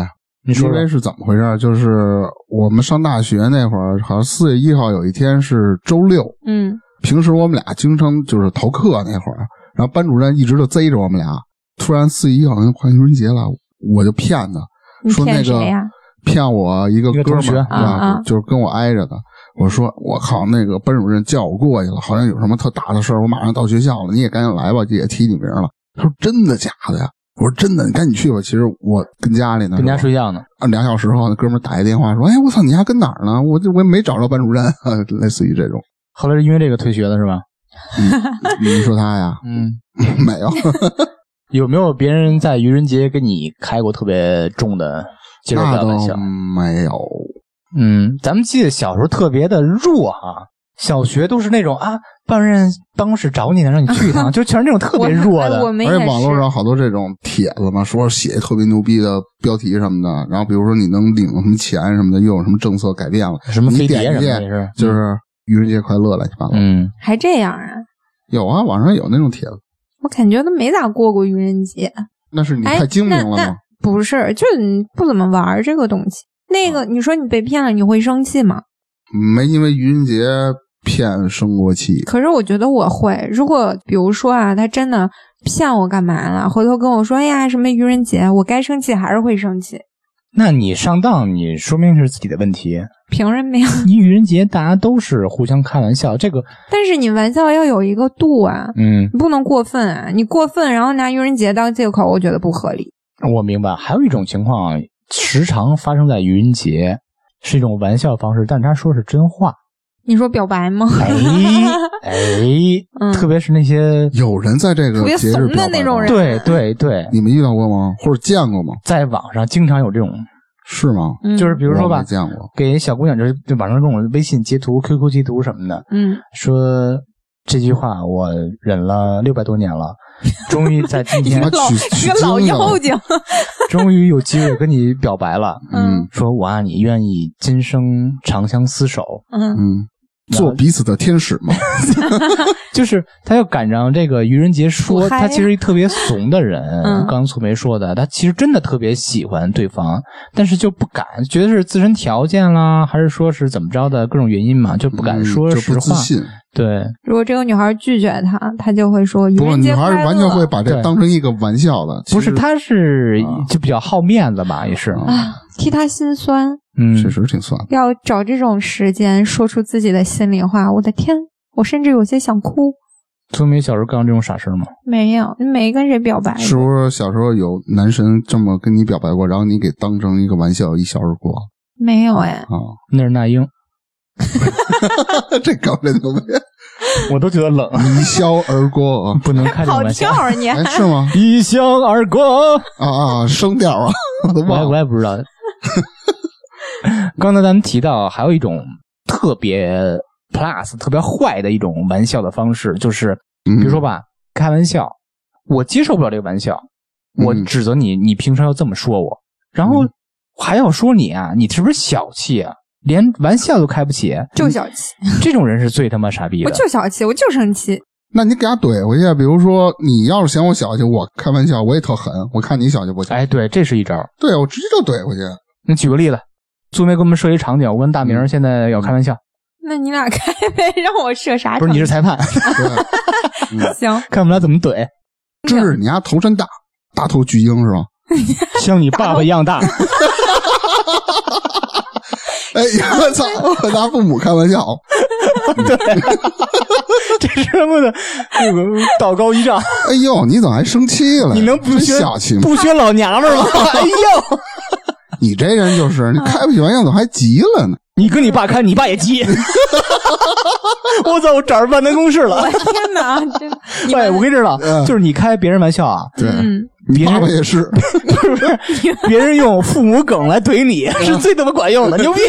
Speaker 1: 你说
Speaker 3: 因为
Speaker 1: 说。
Speaker 3: 是怎么回事儿？就是我们上大学那会儿，好像四月一号有一天是周六，
Speaker 2: 嗯
Speaker 3: 平时我们俩经常就是逃课那会儿，然后班主任一直就贼着我们俩。突然四一好像快愚人节了，我就骗他，
Speaker 2: 你
Speaker 3: 说那
Speaker 2: 骗
Speaker 3: 个
Speaker 2: 谁呀
Speaker 3: 骗我一个
Speaker 1: 一个
Speaker 3: 哥
Speaker 1: 同
Speaker 3: 们
Speaker 1: 学
Speaker 3: 儿
Speaker 2: 啊啊
Speaker 3: 就是跟我挨着的。我说我靠，那个班主任叫我过去了，好像有什么特大的事儿，我马上到学校了，你也赶紧来吧，也提你名了。他说真的假的呀？我说真的，你赶紧去吧。其实我跟家里呢，
Speaker 1: 跟人家
Speaker 3: 是吧
Speaker 1: 睡觉呢，
Speaker 3: 啊，两小时后，那哥们儿打一电话说：“哎，我操，你还跟哪儿呢？我这我也没找着班主任， 类似于这种。
Speaker 1: 后来是因为这个退学的是吧？
Speaker 3: 你说他呀，
Speaker 1: 嗯，
Speaker 3: 没有，
Speaker 1: 有没有别人在愚人节跟你开过特别重的接受不
Speaker 3: 那
Speaker 1: 了玩笑
Speaker 3: 倒？没有。
Speaker 1: 嗯，咱们记得小时候特别的弱哈、小学都是那种啊，班主任办公室找你呢，让你去一 趟，就全是那种特别弱
Speaker 2: 我哎我
Speaker 1: 的。
Speaker 2: 们也
Speaker 3: 而且
Speaker 2: 是
Speaker 3: 网络上好多这种帖子嘛，说写特别牛逼的标题什么的，然后比如说你能领什么钱什么的，又有什么政策改变了，
Speaker 1: 什么
Speaker 3: 你
Speaker 1: 飞碟
Speaker 3: 点
Speaker 1: 什
Speaker 3: 一
Speaker 1: 么的，也
Speaker 3: 点
Speaker 1: 是
Speaker 3: 就是愚人节快乐乱七八糟。
Speaker 1: 嗯，
Speaker 2: 还这样啊？
Speaker 3: 有啊，网上有那种帖子，
Speaker 2: 我感觉都没咋过过愚人节。
Speaker 3: 那是你
Speaker 2: 哎
Speaker 3: 太精明了
Speaker 2: 那
Speaker 3: 吗
Speaker 2: 那？不是，就是你不怎么玩儿这个东西。那个，你说你被骗了，你会生气吗？
Speaker 3: 没因为愚人节骗生过气。
Speaker 2: 可是我觉得我会。如果比如说啊，他真的骗我干嘛了，回头跟我说，哎呀，什么愚人节，我该生气还是会生气。
Speaker 1: 那你上当，你说明是自己的问 题。
Speaker 2: 凭什么呀？
Speaker 1: 你愚人节大家都是互相开玩笑，这个
Speaker 2: 但是你玩笑要有一个度啊，
Speaker 1: 嗯，
Speaker 2: 你不能过分啊！你过分，然后拿愚人节当借口，我觉得不合理。
Speaker 1: 我明白。还有一种情况，时常发生在愚人节，是一种玩笑方式，但是他说是真话。
Speaker 2: 你说表白吗？
Speaker 1: 哎
Speaker 2: 嗯
Speaker 1: 哎，特别是那些
Speaker 3: 有人在这
Speaker 2: 特
Speaker 3: 个
Speaker 2: 别
Speaker 3: 节日
Speaker 2: 怂的
Speaker 3: 表白
Speaker 2: 那种
Speaker 3: 吗
Speaker 2: 人
Speaker 1: 对对对，
Speaker 3: 你们遇到过吗？或者见过吗？
Speaker 1: 在网上经常有这种，
Speaker 3: 是吗？
Speaker 2: 嗯
Speaker 1: 就是比如说
Speaker 3: 我
Speaker 1: 吧
Speaker 3: 没，见过。
Speaker 1: 给小姑娘就是就网上各种微信截图、QQ 截图什么的，
Speaker 2: 嗯，
Speaker 1: 说这句话我忍了六百多年了，终于在今天
Speaker 3: 妈，
Speaker 2: 老
Speaker 3: 取
Speaker 2: 一
Speaker 3: 取
Speaker 2: 个
Speaker 3: 经
Speaker 2: 老
Speaker 3: 的
Speaker 2: 妖精，
Speaker 1: 终于有机会跟你表白了，
Speaker 2: 嗯
Speaker 1: 说我啊爱你，愿意今生长相厮守。
Speaker 2: 嗯，
Speaker 3: 嗯，做彼此的天使嘛。
Speaker 1: 就是他要赶上这个愚人节说，
Speaker 2: 我嗨
Speaker 1: 他
Speaker 2: 呀
Speaker 1: 其实特别怂的人。
Speaker 2: 嗯
Speaker 1: 刚素梅说的，他其实真的特别喜欢对方，但是就不敢，觉得是自身条件啦，还是说是怎么着的各种原因嘛，就 不敢
Speaker 3: 嗯
Speaker 1: 说
Speaker 3: 就
Speaker 1: 实
Speaker 3: 不自
Speaker 1: 话。
Speaker 3: 信。
Speaker 1: 对，
Speaker 2: 如果这个女孩拒绝他，他就会说愚
Speaker 3: 不过
Speaker 2: 人
Speaker 3: 女
Speaker 2: 节
Speaker 3: 孩
Speaker 2: 快乐。
Speaker 3: 完全会把这
Speaker 1: 对
Speaker 3: 当成一个玩笑的，
Speaker 1: 不是
Speaker 3: 其实
Speaker 1: 他是
Speaker 3: 啊
Speaker 1: 就比较好面子吧，也是，
Speaker 2: 啊，替他心酸。
Speaker 1: 嗯，
Speaker 3: 确实挺酸的。
Speaker 2: 要找这种时间说出自己的心里话，我的天，我甚至有些想哭。
Speaker 1: 苏梅小时候干过这种傻事儿吗？
Speaker 2: 没有，没跟谁表白过，
Speaker 3: 是不是小时候有男神这么跟你表白过，然后你给当成一个玩笑一笑而过？
Speaker 2: 没有哎，
Speaker 3: 啊，
Speaker 1: 那是那英，
Speaker 3: 这搞这牛逼，
Speaker 1: 我都觉得冷，
Speaker 3: 一笑而 过啊！
Speaker 1: 不能开这种
Speaker 2: 跑
Speaker 1: 玩笑
Speaker 2: 调。儿你
Speaker 3: 哎，是吗？
Speaker 1: 一笑而过，
Speaker 3: 啊啊，声调啊， 我都
Speaker 1: 我也
Speaker 3: 忘
Speaker 1: 我
Speaker 3: 了。
Speaker 1: 也不知道。刚才咱们提到还有一种特别 plus 特别坏的一种玩笑的方式，就是
Speaker 3: 嗯
Speaker 1: 比如说，吧，开玩笑，我接受不了这个玩笑，我
Speaker 3: 嗯
Speaker 1: 指责你，你平常要这么说我，然后
Speaker 3: 嗯
Speaker 1: 还要说你啊，你是不是小气啊？连玩笑都开不起，
Speaker 2: 就小气，
Speaker 1: 这种人是最他妈傻逼
Speaker 2: 我
Speaker 1: 的。
Speaker 2: 就小气，我就生气，
Speaker 3: 那你给他怼回去，比如说你要是嫌我小气，我开玩笑，我也特狠，我看你小气不小气，
Speaker 1: 哎，对，这是一招。
Speaker 3: 对啊我直接就怼回去。啊
Speaker 1: 你举个例子，苏梅给我们设一场景，我跟大明儿现在要开玩笑，
Speaker 2: 那你俩开呗， 让我射啥
Speaker 1: 不
Speaker 2: 场
Speaker 1: 是你
Speaker 2: 景？
Speaker 1: 是裁判，
Speaker 3: 对，啊
Speaker 2: 行，
Speaker 1: 看我们俩怎么怼，
Speaker 3: 这是你家头身大，大头巨婴是吧？
Speaker 1: 像你爸爸一样大。
Speaker 3: 哎，我操！我拿父母开玩笑，
Speaker 1: 这是他妈的那个道高一丈，
Speaker 3: 哎呦，你怎么还生气了？
Speaker 1: 你能不
Speaker 3: 真
Speaker 1: 学
Speaker 3: 小气吗？
Speaker 1: 不学老娘们儿吗？ 哎呦，
Speaker 3: 你这人就是，你
Speaker 2: 啊
Speaker 3: 开不起玩笑怎么还急了呢？
Speaker 1: 你跟你爸开，你爸也急。 我操，我找着办办公室了
Speaker 2: 我。天哪，真的， 你
Speaker 1: 对，
Speaker 2: 们
Speaker 1: 我跟你知道，
Speaker 3: 嗯
Speaker 1: 就是你开别人玩笑 啊，
Speaker 3: 对，
Speaker 2: 嗯，
Speaker 3: 你爸爸也 是，
Speaker 1: 是不是？别人用父母梗来怼你
Speaker 2: 嗯
Speaker 1: 是最他妈管用的，牛逼！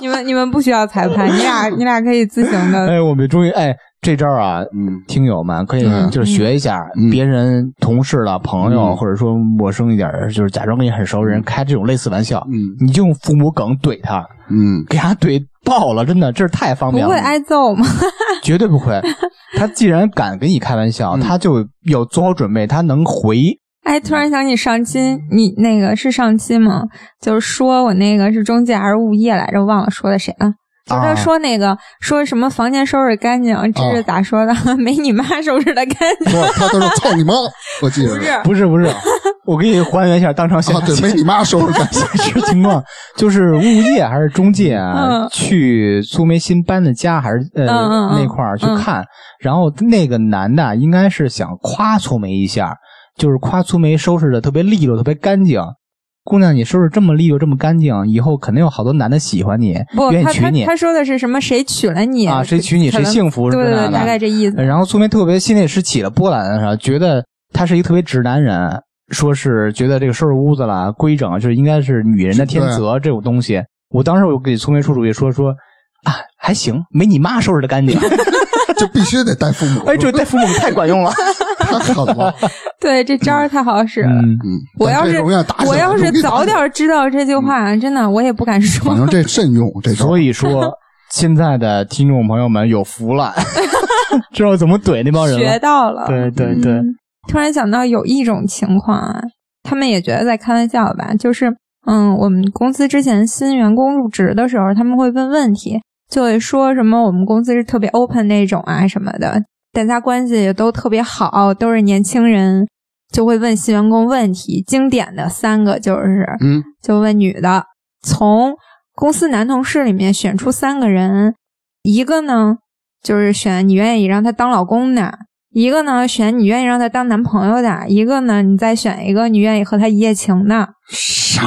Speaker 2: 你们你们不需要裁 判，你俩你俩可以自行的，
Speaker 1: 哎，我们终于哎这招啊，
Speaker 3: 嗯，
Speaker 1: 听友们可以
Speaker 3: 嗯
Speaker 1: 就是学一下
Speaker 3: 嗯
Speaker 1: 别人同事了、朋友，
Speaker 3: 嗯
Speaker 1: 或者说陌生一点儿，就是假装跟你很熟的人开这种类似玩笑，
Speaker 3: 嗯
Speaker 1: 你就用父母梗怼他，
Speaker 3: 嗯，
Speaker 1: 给他怼爆了，真的，这是太方
Speaker 2: 不
Speaker 1: 便了，
Speaker 2: 会哎挨揍吗？
Speaker 1: 绝对不会。他既然敢跟你开玩笑，
Speaker 3: 嗯
Speaker 1: 他就要做好准备，他能回。
Speaker 2: 哎，突然想起上期，你那个是上期吗？就是说我那个是中介还是物业来着，忘了说的谁了。就
Speaker 1: 啊
Speaker 2: 他说那个、说什么房间收拾干净，这是咋说的？ 没你妈收拾的干 净。
Speaker 3: 不，他都是操你妈，我记
Speaker 2: 不
Speaker 3: 着
Speaker 2: 是
Speaker 3: 是，
Speaker 1: 不是不是，我给你还原一下当场现
Speaker 3: 啊，对，没你 妈收拾 干净，
Speaker 1: 现实情况，就是物业还是中介啊，
Speaker 2: 嗯
Speaker 1: 去苏梅新搬的家还是呃、
Speaker 2: 嗯嗯嗯
Speaker 1: 那块儿去看，然后那个男的啊应该是想夸苏梅一下，就是夸苏梅收拾的特别利落，特别干净。姑娘，你收拾这么利落，这么干净，以后肯定有好多男的喜欢你，
Speaker 2: 不，
Speaker 1: 愿意
Speaker 2: 他
Speaker 1: 娶
Speaker 2: 他
Speaker 1: 你
Speaker 2: 他说的是什么？谁娶了你
Speaker 1: 啊，谁娶你
Speaker 2: 可
Speaker 1: 谁
Speaker 2: 能
Speaker 1: 幸福是嗯
Speaker 2: 对
Speaker 1: 不
Speaker 2: 对
Speaker 1: 是
Speaker 2: 对，大概这意思。
Speaker 1: 然后苏梅特别心里是起了波澜，啥，觉得他是一个特别直男人，说是觉得这个收拾屋子啦、规整啊，就是应该是女人的天责这种东西。我当时我给苏梅出主意说说啊，还行，没你妈收拾的干 净。
Speaker 3: 就必须得带父母，
Speaker 1: 哎，这带父母太管用了。
Speaker 3: 太狠 了，
Speaker 2: 对，这招儿太好使了。
Speaker 1: 嗯，
Speaker 3: 嗯，
Speaker 2: 我要
Speaker 3: 但
Speaker 2: 是
Speaker 3: 这容易打起来
Speaker 2: 我要是早，
Speaker 3: 容易打起来
Speaker 2: 点知道这句话，真的我也不敢说
Speaker 3: 反。正这慎用这招，
Speaker 1: 所以说 现在的听众朋友们有福 了，知道怎么怼那帮人
Speaker 2: 学
Speaker 1: 了。
Speaker 2: 到了。
Speaker 1: 对对对，
Speaker 2: 嗯突然想到有一种情况啊，他们也觉得在开玩笑吧，就是嗯，我们公司之前新员工入职的时候，他们会问问题，就会说什么我们公司是特别 open 那种啊什么的，大家关系也都特别好，都是年轻人，就会问新员工问题。经典的三个就是
Speaker 3: 嗯
Speaker 2: 就问女的，从公司男同事里面选出三个人，一个呢就是选你愿意让他当老公的，一个呢选你愿意让他当男朋友的，一个呢你再选一个你愿意和他一夜情的，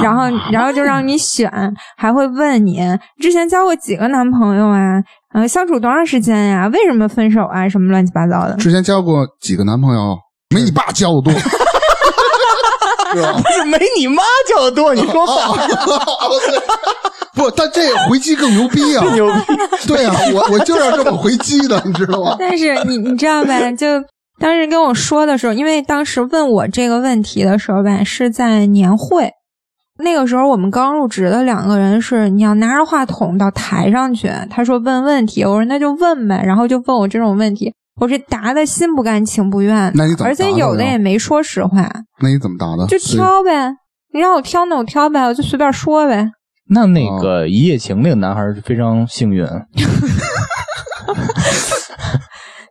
Speaker 2: 然后然后就让你选，还会问你之前交过几个男朋友啊，呃相处多长时间呀、为什么分手啊，什么乱七八糟的。
Speaker 3: 之前交过几个男朋友，没你爸交的 多。是吧？
Speaker 1: 不是没你妈叫的多，你说话
Speaker 3: 不，但这回击更牛逼啊！
Speaker 1: 牛 逼。
Speaker 3: 对啊，我我就要这么回击的，你知道吗？
Speaker 2: 但是你你知道吧？就当时跟我说的时候，因为当时问我这个问题的时候吧，是在年会。那个时候我们刚入职的两个人是，你要拿着话筒到台上去。他说问问题，我说那就问呗，然后就问我这种问题，我这答的心不甘情不愿的
Speaker 3: 那你怎么
Speaker 2: 而且
Speaker 3: 答的啊
Speaker 2: 有的
Speaker 3: 呀
Speaker 2: 也没说实话，
Speaker 3: 那你怎么答的？
Speaker 2: 就挑呗。你让我挑，那我挑呗，我就随便说呗。
Speaker 1: 那那个一夜情那个男孩是非常幸运，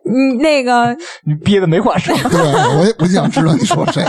Speaker 2: 嗯，那个
Speaker 1: 你憋的没话说。
Speaker 3: 对，啊我也我想知道你说谁，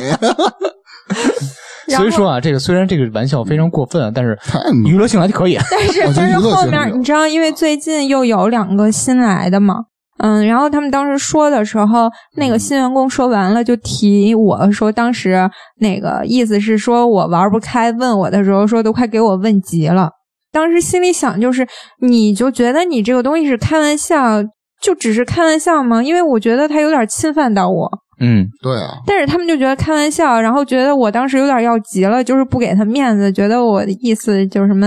Speaker 2: 然
Speaker 1: 所以
Speaker 2: 后
Speaker 1: 说啊，这个虽然这个玩笑非常过分，啊但是
Speaker 3: 太恶
Speaker 1: 娱乐性还可以。
Speaker 2: 但是
Speaker 3: 我觉
Speaker 2: 但
Speaker 3: 得
Speaker 2: 是
Speaker 3: 娱乐
Speaker 2: 后
Speaker 3: 性
Speaker 2: 面
Speaker 3: 有
Speaker 2: 你知道，因为最近又有两个新来的嘛，嗯，然后他们当时说的时候，那
Speaker 3: 嗯
Speaker 2: 个新员工说完了就提我说，当时那个意思是说我玩不开，问我的时候说都快给我问急了。当时心里想就是，你就觉得你这个东西是开玩笑，就只是开玩笑吗？因为我觉得他有点侵犯到我，
Speaker 1: 嗯，
Speaker 3: 对啊，
Speaker 2: 但是他们就觉得开玩笑，然后觉得我当时有点要急了，就是不给他面子，觉得我的意思就是什么，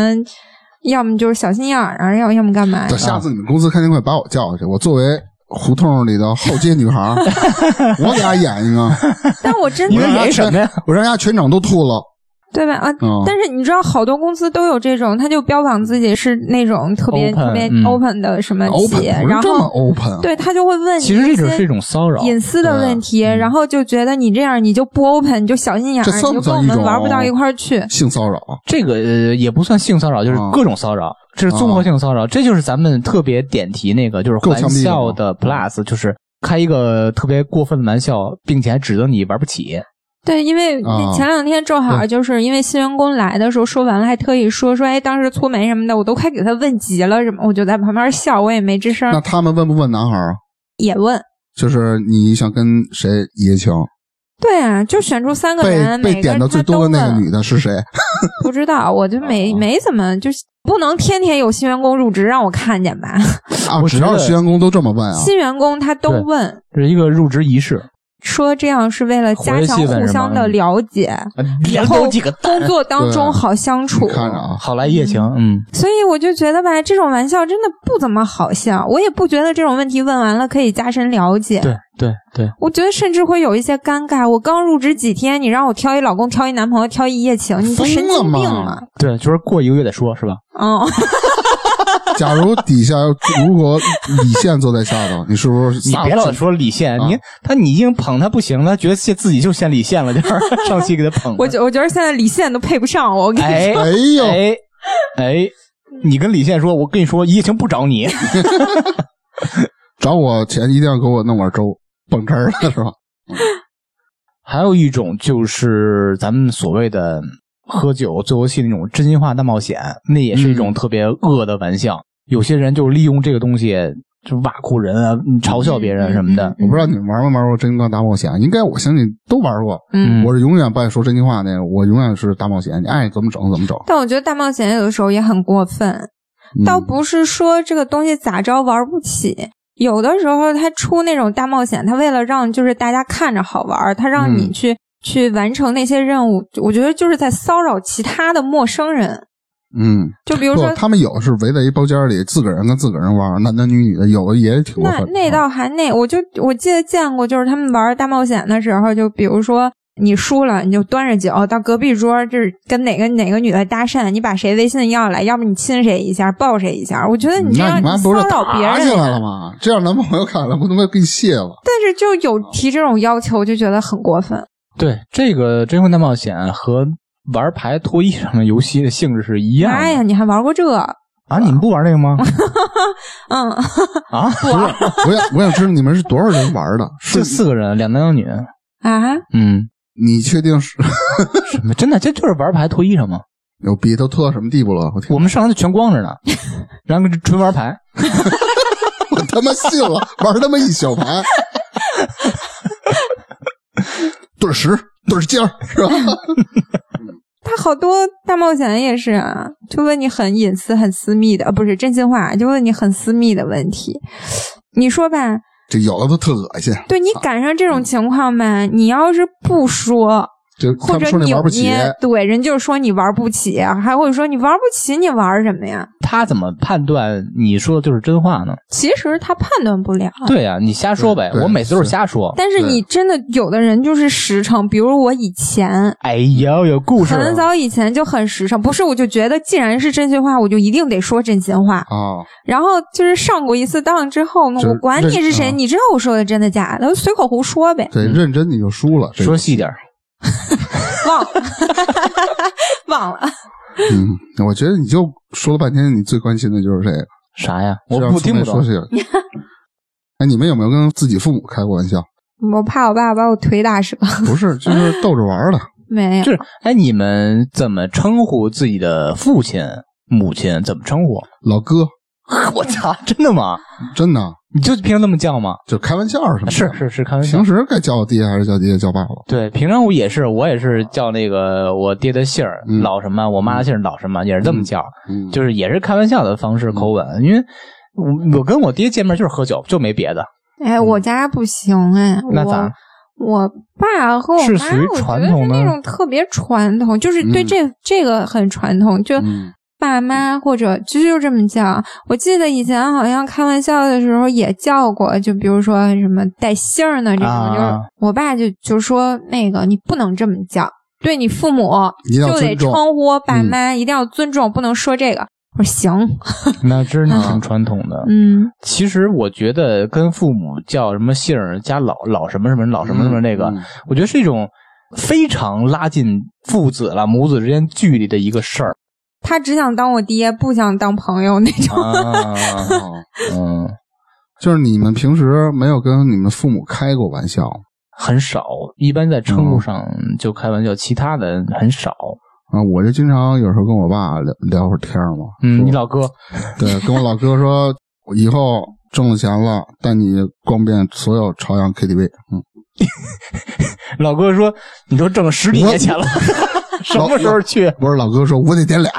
Speaker 2: 要么就是小心眼儿啊，要要么干
Speaker 1: 哎
Speaker 2: 嘛呀？
Speaker 3: 等下次你们公司开年会把我叫过去，我作为胡同里的后街女孩儿，我给她演一个，
Speaker 2: 但我真
Speaker 1: 你
Speaker 2: 的
Speaker 1: 们演什么呀？
Speaker 3: 我让人家全场都吐 了。
Speaker 2: 对吧？啊，
Speaker 3: 嗯
Speaker 2: 但是你知道，好多公司都有这种，他就标榜自己是那种特别
Speaker 1: Open，
Speaker 2: 特别
Speaker 1: 嗯
Speaker 2: open 的什么企
Speaker 3: open
Speaker 2: 业，
Speaker 3: 不是
Speaker 2: 然
Speaker 3: 这么
Speaker 2: 后
Speaker 3: open，，啊
Speaker 2: 对他就会问 你
Speaker 1: 其实这只是一
Speaker 2: 一
Speaker 1: 种骚扰嗯
Speaker 2: 些，隐私的问题，然后就觉得你这样你就不 open，你就小心眼儿，
Speaker 3: 这算不
Speaker 2: 你就跟
Speaker 3: 算
Speaker 2: 我
Speaker 3: 一
Speaker 2: 们
Speaker 3: 种
Speaker 2: 玩不到一块儿去。
Speaker 3: 性骚扰，
Speaker 1: 这个呃也不算性骚扰，就是
Speaker 3: 啊
Speaker 1: 各种骚扰，这是综合性骚扰。这就是咱们特别点题那个，就是
Speaker 3: 够
Speaker 1: 玩
Speaker 3: 枪毙的
Speaker 1: 笑
Speaker 3: 吗
Speaker 1: 的 plus，就是开一个特别过分的玩笑，并且还指责你玩不起。
Speaker 2: 对，因为
Speaker 3: 啊
Speaker 2: 前两天正好就是因为新员工来的时候说完了，还特意说说，哎，当时搓眉什么的，我都快给他问急了，什么，我就在旁边笑，我也没吱声
Speaker 3: 那，他们问不问男孩儿啊？
Speaker 2: 也问。
Speaker 3: 就是你想跟谁一夜情，
Speaker 2: 对啊，就选出三个
Speaker 3: 被
Speaker 2: 人，
Speaker 3: 被
Speaker 2: 每个
Speaker 3: 点的
Speaker 2: 他
Speaker 3: 最多的
Speaker 2: 都
Speaker 3: 那个
Speaker 2: 问
Speaker 3: 女的是谁？
Speaker 2: 不知道，我就没、
Speaker 3: 哦
Speaker 2: 没怎么，就是不能天天有新员工入职让我看见吧。
Speaker 3: 啊，
Speaker 1: 我
Speaker 3: 只
Speaker 1: 觉
Speaker 3: 要
Speaker 1: 得
Speaker 3: 是新员工都这么问啊。
Speaker 2: 新员工他都
Speaker 1: 对
Speaker 2: 问
Speaker 1: 这是一个入职仪式，
Speaker 2: 说这样是为了加
Speaker 1: 活跃
Speaker 2: 强
Speaker 1: 气氛
Speaker 2: 互
Speaker 1: 是吗
Speaker 2: 相的了解，以
Speaker 1: 聊
Speaker 2: 后
Speaker 1: 嗯几个
Speaker 2: 工作当中好相处
Speaker 3: 你。看着啊，
Speaker 1: 好来一夜情，嗯，
Speaker 2: 所以我就觉得吧，这种玩笑真的不怎么好笑。我也不觉得这种问题问完了可以加深了解。
Speaker 1: 对对对，
Speaker 2: 我觉得甚至会有一些尴尬。我刚入职几天，你让我挑一老公、挑一男朋友、挑一一夜情，你不神
Speaker 3: 疯了
Speaker 2: 经
Speaker 3: 吗
Speaker 2: 病了？
Speaker 1: 对，就是过一个月再说，是吧？
Speaker 2: 嗯，
Speaker 3: 假如底下如果李现坐在下头，你是不是
Speaker 1: 你
Speaker 3: 撒
Speaker 1: 别老说李现，
Speaker 3: 啊
Speaker 1: 你看他你已经捧他不行了，他觉得自己就像李现了，就是 上期给他捧的。
Speaker 2: 我觉我觉得现在李现都配不上我。我跟你
Speaker 1: 哎
Speaker 3: 哎呦
Speaker 1: 哎哎，你跟李现说，我跟你说，一夜情不找 你，
Speaker 3: 找我钱一定要给我弄碗粥，蹦汁儿了是吧？
Speaker 1: 还有一种就是咱们所谓的喝酒做游戏那种真心话大冒险，那也是一种特别恶的玩笑。有些人就利用这个东西就挖苦人啊，嘲笑别人什么的。
Speaker 3: 我不知道你们玩没玩过《真心话大冒险》，应该我相信都玩过。
Speaker 2: 嗯
Speaker 1: 嗯
Speaker 3: 我是永远不爱说真心话那个，我永远是大冒险，你爱怎么整怎么整。
Speaker 2: 但我觉得大冒险有的时候也很过分，
Speaker 3: 嗯
Speaker 2: 倒不是说这个东西咋着玩不起，有的时候他出那种大冒险，他为了让就是大家看着好玩，他让你
Speaker 3: 嗯
Speaker 2: 去、去完成那些任务，我觉得就是在骚扰其他的陌生人。
Speaker 3: 嗯，
Speaker 2: 就比如
Speaker 3: 不
Speaker 2: 说，，
Speaker 3: 他们有是围在一包间里，自个儿人跟自个儿人玩，男男女女的，有的也挺过
Speaker 2: 那
Speaker 3: 分的。
Speaker 2: 那倒还那，我就我记得见过，就是他们玩大冒险的时候，就比如说。你输了，你就端着酒到隔壁桌，这是跟哪个哪个女的搭讪，你把谁微信要来，要不你亲谁一下，抱谁一下。我觉得你
Speaker 3: 嗯
Speaker 2: 这
Speaker 3: 那
Speaker 2: 样
Speaker 3: 你妈不
Speaker 2: 骚
Speaker 3: 是
Speaker 2: 扰别
Speaker 3: 打
Speaker 2: 人
Speaker 3: 起来了吗？这样男朋友看了，不他妈给你卸了？
Speaker 2: 但是就有提这
Speaker 3: 哦
Speaker 2: 种要求，就觉得很过分。
Speaker 1: 对这个真心话大冒险和玩牌脱衣裳的游戏的性质是一样
Speaker 2: 妈
Speaker 1: 的
Speaker 2: 哎呀，你还玩过这？
Speaker 1: 啊！你们不玩这个吗？
Speaker 2: 嗯，
Speaker 1: 啊，
Speaker 3: 我想我想知道你们是多少人玩的？是
Speaker 1: 就四个人，两男两女。
Speaker 2: 啊，
Speaker 1: 嗯，
Speaker 3: 你确定是
Speaker 1: 什么真的这就是玩牌脱衣裳吗？
Speaker 3: 有逼都脱到什么地步了？我天，
Speaker 1: 我们上来就全光着呢，然后纯玩牌。
Speaker 3: 我他妈信了， 玩他妈一小盘，对儿十对儿尖儿是吧？
Speaker 2: 他好多大冒险也是啊，就问你很隐私、很私密的，呃不是真心话，就问你很私密的问题。你说吧，
Speaker 3: 这有的都特恶心，
Speaker 2: 对你赶上这
Speaker 3: 嗯
Speaker 2: 种情况吧，你要是不说，
Speaker 3: 就他
Speaker 2: 或
Speaker 3: 们
Speaker 2: 者
Speaker 3: 说那
Speaker 2: 扭
Speaker 3: 玩不起，
Speaker 2: 捏，对，人就说你玩不起，还会说你玩不起，你玩什么呀？
Speaker 1: 他怎么判断你说的就是真话呢？
Speaker 2: 其实他判断不了。
Speaker 1: 对呀、你瞎说呗，
Speaker 3: 对对
Speaker 1: 我每次都是瞎说。
Speaker 2: 但是你真的有的人就是实诚，比如我以前，
Speaker 1: 哎呦，有故事了，
Speaker 2: 很早以前就很实诚，不是？我就觉得，既然是真心话，我就一定得说真心话。
Speaker 3: 啊，
Speaker 2: 然后就是上过一次当之后呢，
Speaker 3: 就是
Speaker 2: 我管你是
Speaker 1: 啊
Speaker 2: 谁，
Speaker 3: 认，
Speaker 2: 你知道我说的真的假的，随口胡说呗
Speaker 3: 对，认真你就输了。这个
Speaker 1: 说细点儿。
Speaker 2: 忘了， 忘了。
Speaker 3: 嗯，我觉得你就说了半天，你最关心的就是这个，
Speaker 1: 啥呀？我
Speaker 3: 这样
Speaker 1: 不听不懂
Speaker 3: 从没。说 起。哎，你们有没有跟自己父母开过玩笑？
Speaker 1: 嗯
Speaker 2: 我怕我爸把我腿打折，
Speaker 3: 不是，就是逗着玩儿的。
Speaker 2: 没有
Speaker 1: 就。是，哎，你们怎么称呼自己的父亲、母亲？怎么称呼？
Speaker 3: 老哥，
Speaker 1: 我操，真的吗？
Speaker 3: 真的，
Speaker 1: 你就平时那么叫吗？
Speaker 3: 就开玩笑什么的。
Speaker 1: 是，是是，开玩笑
Speaker 3: 平。时该叫我爹还是叫爹叫爸爸。
Speaker 1: 对，平常我也是，我也是叫那个我爹的姓儿
Speaker 3: 嗯
Speaker 1: 老什么，我妈的姓儿老什么，也是这么叫，
Speaker 3: 嗯，
Speaker 1: 就是也是开玩笑的方式口吻，因为。我我跟我爹见面就是喝酒，就没别的。
Speaker 2: 哎，我家不行哎，
Speaker 1: 那
Speaker 2: 我
Speaker 1: 咋？
Speaker 2: 我爸和我妈，
Speaker 1: 是属于传统
Speaker 2: 我
Speaker 1: 的
Speaker 2: 觉得是那种特别传统，就是对
Speaker 3: 嗯
Speaker 2: 这、这个很传统，就
Speaker 3: 嗯
Speaker 2: 爸妈或者就就这么叫。我记得以前好像开玩笑的时候也叫过，就比如说什么带姓儿呢这种，
Speaker 1: 啊
Speaker 2: 就是我爸就就说那个你不能这么叫，对你父母
Speaker 3: 一定要
Speaker 2: 就得
Speaker 3: 尊重
Speaker 2: 称呼爸妈，一定要尊重，不能说这个。我说行，
Speaker 1: 那真是挺
Speaker 3: 嗯
Speaker 1: 传统的。
Speaker 2: 嗯
Speaker 1: 其实我觉得跟父母叫什么姓儿加老老什么什么老什么什么那个，
Speaker 3: 嗯
Speaker 1: 我觉得是一种非常拉近父子了母子之间距离的一个事 儿。
Speaker 2: 他只想当我爹，不想当朋友那种。
Speaker 1: 啊，
Speaker 3: 哦
Speaker 1: 嗯，
Speaker 3: 就是你们平时没有跟你们父母开过玩笑
Speaker 1: 很少，一般在称呼上就开玩笑，其他的很少。
Speaker 3: 啊？我就经常有时候跟我爸聊聊会儿天儿嘛。
Speaker 1: 嗯，
Speaker 3: 说
Speaker 1: 你老哥，
Speaker 3: 对，跟我老哥说，我以后挣了钱了，带你逛遍所有朝阳 KTV。嗯，
Speaker 1: 老哥说，你都挣十几年前 了，什么时候去？
Speaker 3: 不是老哥说，我得点俩，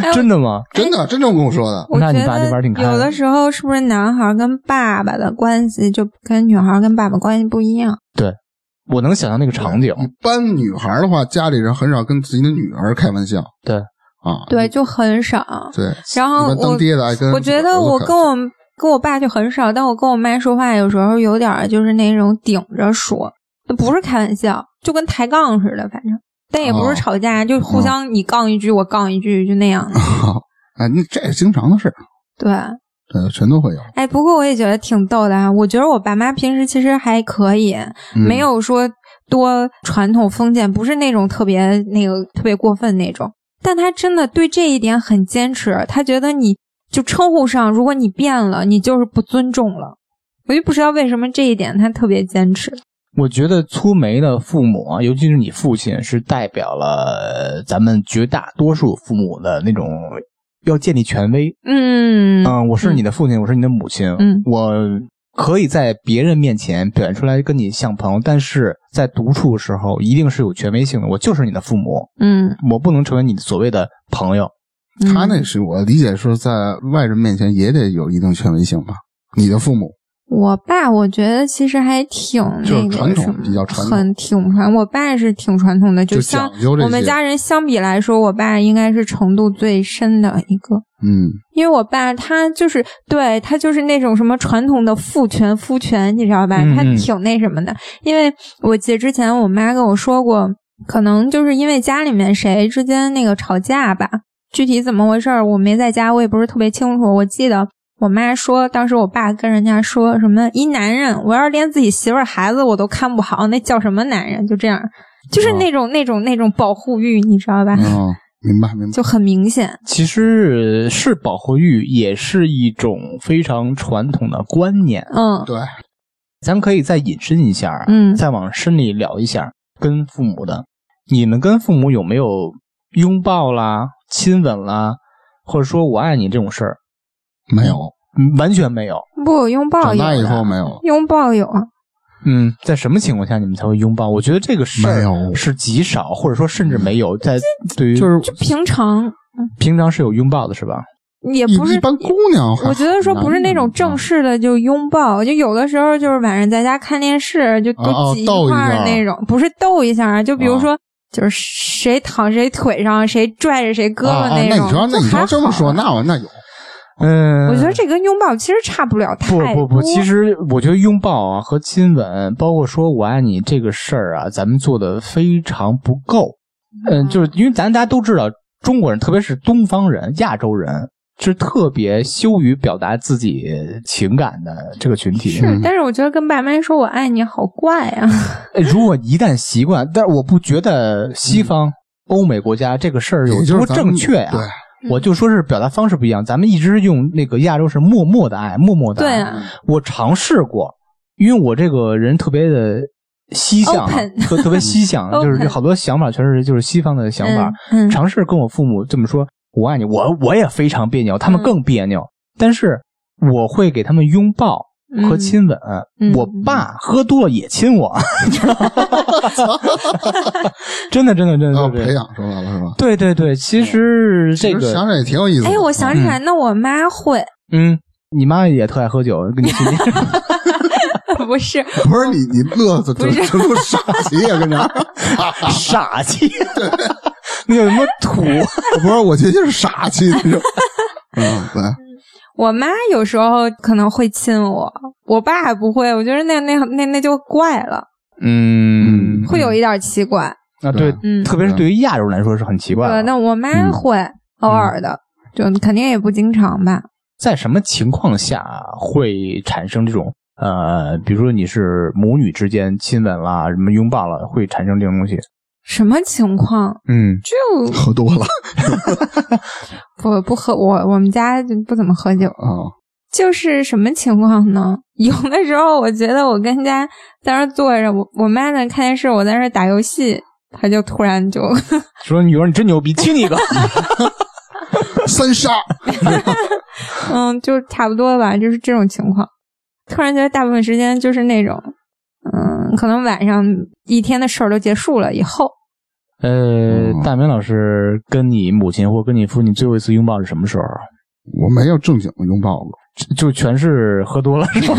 Speaker 2: 哎
Speaker 1: 真的吗？
Speaker 3: 真的，真这么跟我说的。
Speaker 2: 我
Speaker 1: 那你
Speaker 2: 觉得
Speaker 1: 爸这玩儿挺开
Speaker 2: 有的时候是不是男孩儿跟爸爸的关系就跟女孩儿跟爸爸关系不一样？
Speaker 1: 我能想象那个场景。
Speaker 3: 一般女孩的话，家里人很少跟自己的女儿开玩笑
Speaker 1: 对，
Speaker 3: 啊。
Speaker 1: 嗯
Speaker 2: 对，就很少。
Speaker 3: 对，
Speaker 2: 然后
Speaker 3: 一般当
Speaker 2: 我
Speaker 3: 爹的爱跟
Speaker 2: 我觉得我
Speaker 3: 儿子开
Speaker 2: 跟我跟我爸就很少，但我跟我妈说话有时候有点儿就是那种顶着说，不是开玩笑，就跟抬杠似的，反正。但也不
Speaker 3: 哦
Speaker 2: 是吵架，
Speaker 1: 嗯
Speaker 2: 就互相你杠一句，我杠一句，就那样 的。
Speaker 3: 哎，那这是经常的事儿，
Speaker 2: 对，
Speaker 3: 对，全都会有，
Speaker 2: 哎，不过我也觉得挺逗的啊。我觉得我爸妈平时其实还可以，
Speaker 3: 嗯
Speaker 2: 没有说多传统封建，不是那种特别那个特别过分那种。但他真的对这一点很坚持，他觉得你就称呼上，如果你变了，你就是不尊重了。我就不知道为什么这一点他特别坚持。
Speaker 1: 我觉得粗眉的父母啊，尤其是你父亲，是代表了呃咱们绝大多数父母的那种要建立权威。
Speaker 2: 嗯，
Speaker 3: 啊
Speaker 1: 嗯，我是你的父亲，我是你的母亲，
Speaker 2: 嗯
Speaker 1: 我可以在别人面前表现出来跟你像朋友，但是在独处的时候一定是有权威性的。我就是你的父母，
Speaker 2: 嗯，
Speaker 1: 我不能成为你所谓的朋友。
Speaker 2: 嗯
Speaker 3: 他那是我理解是在外人面前也得有一定权威性吧。你的父母
Speaker 2: 我爸，我觉得其实还挺
Speaker 3: 就是
Speaker 2: 那
Speaker 3: 传
Speaker 2: 个
Speaker 3: 统
Speaker 2: 什么，
Speaker 3: 比较传统
Speaker 2: 很挺传。我爸是挺传统的，
Speaker 3: 就
Speaker 2: 像
Speaker 3: 讲究这些
Speaker 2: 我们家人相比来说，我爸应该是程度最深的一个。
Speaker 3: 嗯，
Speaker 2: 因为我爸他就是对他就是那种什么传统的父权夫权，你知道吧？
Speaker 1: 嗯
Speaker 2: 他
Speaker 1: 嗯
Speaker 2: 挺那什么的。因为我记得之前我妈跟我说过，可能就是因为家里面谁之间那个吵架吧，具体怎么回事儿我没在家，我也不是特别清楚。我记得我妈说，当时我爸跟人家说什么一男人，我要是连自己媳妇儿孩子我都看不好，那叫什么男人？就这样，就是那种、那种那种保护欲，你知道吧？
Speaker 3: 哦，明白明白，
Speaker 2: 就很明显。
Speaker 1: 其实呃是保护欲，也是一种非常传统的观念。
Speaker 2: 嗯，
Speaker 3: 对，
Speaker 1: 咱可以再引申一下，
Speaker 2: 嗯
Speaker 1: 再往深里聊一下跟父母的。你们跟父母有没有拥抱啦、亲吻啦，或者说我爱你这种事儿？
Speaker 3: 没有，
Speaker 1: 嗯完全没有。
Speaker 2: 不拥抱
Speaker 3: 长
Speaker 2: 有
Speaker 3: 大以
Speaker 2: 的
Speaker 3: 后没有了，
Speaker 2: 拥抱有啊，
Speaker 1: 嗯，在什么情况下你们才会拥抱？我觉得这个事
Speaker 3: 没
Speaker 1: 儿
Speaker 3: 有
Speaker 1: 是极少，或者说甚至没有。在
Speaker 2: 嗯
Speaker 1: 对于
Speaker 3: 就是
Speaker 2: 平常
Speaker 1: 平常是有拥抱的，是吧？
Speaker 2: 也不
Speaker 3: 一
Speaker 2: 是
Speaker 3: 一。般姑娘还，
Speaker 2: 我觉得说不是那种
Speaker 3: 啊
Speaker 2: 正式的就拥抱，就有的时候就是晚上在家看电视，就
Speaker 3: 啊啊
Speaker 2: 都挤
Speaker 3: 逗一
Speaker 2: 块儿
Speaker 3: 下
Speaker 2: 那种，不是逗一下啊，就比如
Speaker 3: 啊
Speaker 2: 说就是谁躺谁腿上，谁拽着谁胳
Speaker 3: 啊
Speaker 2: 膊
Speaker 3: 啊，那
Speaker 2: 种
Speaker 3: 你说，
Speaker 2: 就
Speaker 3: 那你说
Speaker 2: 还
Speaker 3: 这么
Speaker 2: 好
Speaker 3: 说，那我那有，
Speaker 1: 嗯，
Speaker 2: 我觉得这跟拥抱其实差不了太
Speaker 1: 不
Speaker 2: 多。
Speaker 1: 不不，其实我觉得拥抱啊和亲吻，包括说我爱你这个事儿啊，咱们做的非常不够。嗯，就是因为咱大家都知道，中国人特别是东方人、亚洲人是特别羞于表达自己情感的这个群体。
Speaker 3: 嗯
Speaker 1: 嗯
Speaker 2: 是，但是我觉得跟爸妈说我爱你好怪啊。
Speaker 1: 哎如果一旦习惯，但是我不觉得西方、欧美国家这个事儿有
Speaker 3: 也就
Speaker 1: 多
Speaker 3: 是咱
Speaker 1: 正
Speaker 3: 们
Speaker 1: 确呀、
Speaker 3: 对，
Speaker 1: 我就说是表达方式不一样，咱们一直用那个亚洲是默默的爱，默默的
Speaker 2: 对
Speaker 1: 爱。
Speaker 2: 啊，
Speaker 1: 我尝试过，因为我这个人特别的西向啊
Speaker 2: Open，
Speaker 1: 特特别西向，
Speaker 2: Open
Speaker 1: 就是好多想法全是就是西方的想法。
Speaker 2: 嗯，嗯
Speaker 1: 尝试跟我父母这么说“我爱你”，我我也非常别扭，他们
Speaker 2: 嗯
Speaker 1: 更别扭。但是我会给他们拥抱和亲吻。
Speaker 2: 嗯
Speaker 1: 我爸喝多了也亲 我，真的真的真的真的
Speaker 3: 要啊哦培养出来了是吧？
Speaker 1: 对对对，其实这
Speaker 3: 其实
Speaker 1: 个
Speaker 3: 想想也挺有意思的。
Speaker 2: 哎，我想起
Speaker 3: 嗯
Speaker 2: 来，那我妈会，
Speaker 1: 嗯。你妈也特爱喝酒，跟你亲近。
Speaker 2: 不是
Speaker 3: 不是你，你乐的就
Speaker 2: 不是
Speaker 3: 就出傻气呀，跟 这儿。
Speaker 1: 傻 气，那叫什么土？
Speaker 3: 不是，我觉得就是傻气那 种。嗯，对，
Speaker 2: 我妈有时候可能会亲我，我爸不会，我觉得那那那那就怪了，
Speaker 1: 嗯，
Speaker 2: 会有一点奇怪。
Speaker 1: 啊，对，
Speaker 2: 嗯
Speaker 1: 特别是对于亚洲人来说是很奇怪
Speaker 2: 对，
Speaker 1: 的。
Speaker 2: 那我妈
Speaker 1: 嗯
Speaker 2: 会偶尔的，就肯定也不经常吧。
Speaker 1: 在什么情况下会产生这种呃，比如说你是母女之间亲吻啦，什么拥抱了，会产生这种东西？
Speaker 2: 什么情况？
Speaker 1: 嗯，
Speaker 2: 就
Speaker 3: 喝多了
Speaker 2: 不不喝我我们家就不怎么喝酒，
Speaker 1: 哦
Speaker 3: 啊，
Speaker 2: 就是什么情况呢？ 有的时候我觉得我跟家在那儿坐着，我我妈在那看电视，我在那儿打游戏，她就突然就
Speaker 1: 说女儿你真牛逼，亲你一个。
Speaker 3: 三杀。
Speaker 2: 嗯，就差不多吧，就是这种情况。突然觉得大部分时间就是那种，嗯，可能晚上一天的事儿都结束了以后，
Speaker 1: 呃，
Speaker 3: 嗯
Speaker 1: 大明老师跟你母亲或跟你父亲最后一次拥抱是什么时候？
Speaker 3: 我没有正经拥抱过，
Speaker 1: 就全是喝多了是吧？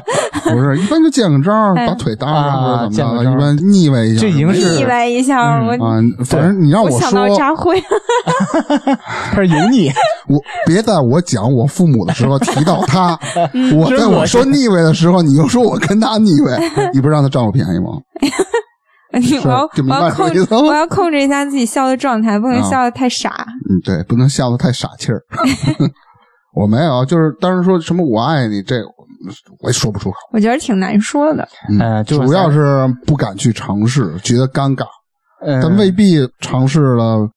Speaker 3: 不是，一般就见个招儿，
Speaker 2: 哎
Speaker 3: 把腿搭上
Speaker 1: 啊
Speaker 3: 或者怎么
Speaker 1: 见个招
Speaker 3: 着，
Speaker 1: 儿
Speaker 3: 一般腻歪一下。
Speaker 1: 这已经是
Speaker 2: 腻歪一下，
Speaker 1: 嗯
Speaker 2: 我、
Speaker 3: 啊，反正你让
Speaker 2: 我想
Speaker 3: 说
Speaker 2: 到，扎辉，
Speaker 1: 他是油腻，
Speaker 3: 我别在我讲我父母的时候提到 他，
Speaker 1: 嗯
Speaker 3: 我在我说腻歪的时候，你又说我跟他腻歪，你不是让他占我便宜吗？
Speaker 2: 我要
Speaker 3: 就明
Speaker 2: 我
Speaker 3: 白
Speaker 2: 要
Speaker 3: 这
Speaker 2: 控
Speaker 3: 个意思了
Speaker 2: 我要控制一下自己笑的状态，不能笑的太傻。
Speaker 3: 嗯，对，不能笑得太傻气儿。 我没有，就是当时说什么“我爱你”，这我也说不出口。
Speaker 2: 我觉得挺难说的。
Speaker 3: 嗯，
Speaker 1: 呃就是
Speaker 3: 主要是不敢去尝试，觉得尴尬，
Speaker 1: 嗯
Speaker 3: 但未必尝试了。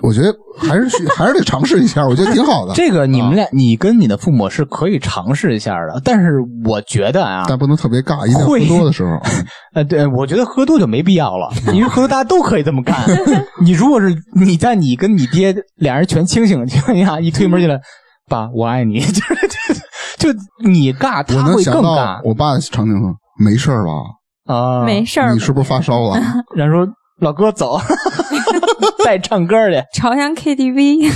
Speaker 3: 我觉得还是去，还是得尝试一下，我觉得挺
Speaker 2: 啊
Speaker 3: 好的，
Speaker 1: 这个你们俩，你跟你的父母是可以尝试一下的，但是我觉得啊，
Speaker 3: 但不能特别尬，一定要喝
Speaker 1: 会
Speaker 3: 多的时候。
Speaker 1: 呃，对，我觉得喝多就没必 要了，因为喝多大家都可以这么干。你如果是你在你跟你爹俩人全清醒的情况下，一推门进来，爸，我爱你， 就是就就你尬，
Speaker 3: 我
Speaker 1: 他
Speaker 3: 能
Speaker 1: 会
Speaker 3: 想
Speaker 1: 更
Speaker 3: 到
Speaker 1: 尬
Speaker 3: 我爸常常说：“没事儿吧？
Speaker 1: 啊。
Speaker 2: 没事儿
Speaker 3: 你，是不是发烧 了
Speaker 1: 然后说老哥 走，带唱歌去。
Speaker 2: 朝阳 KTV，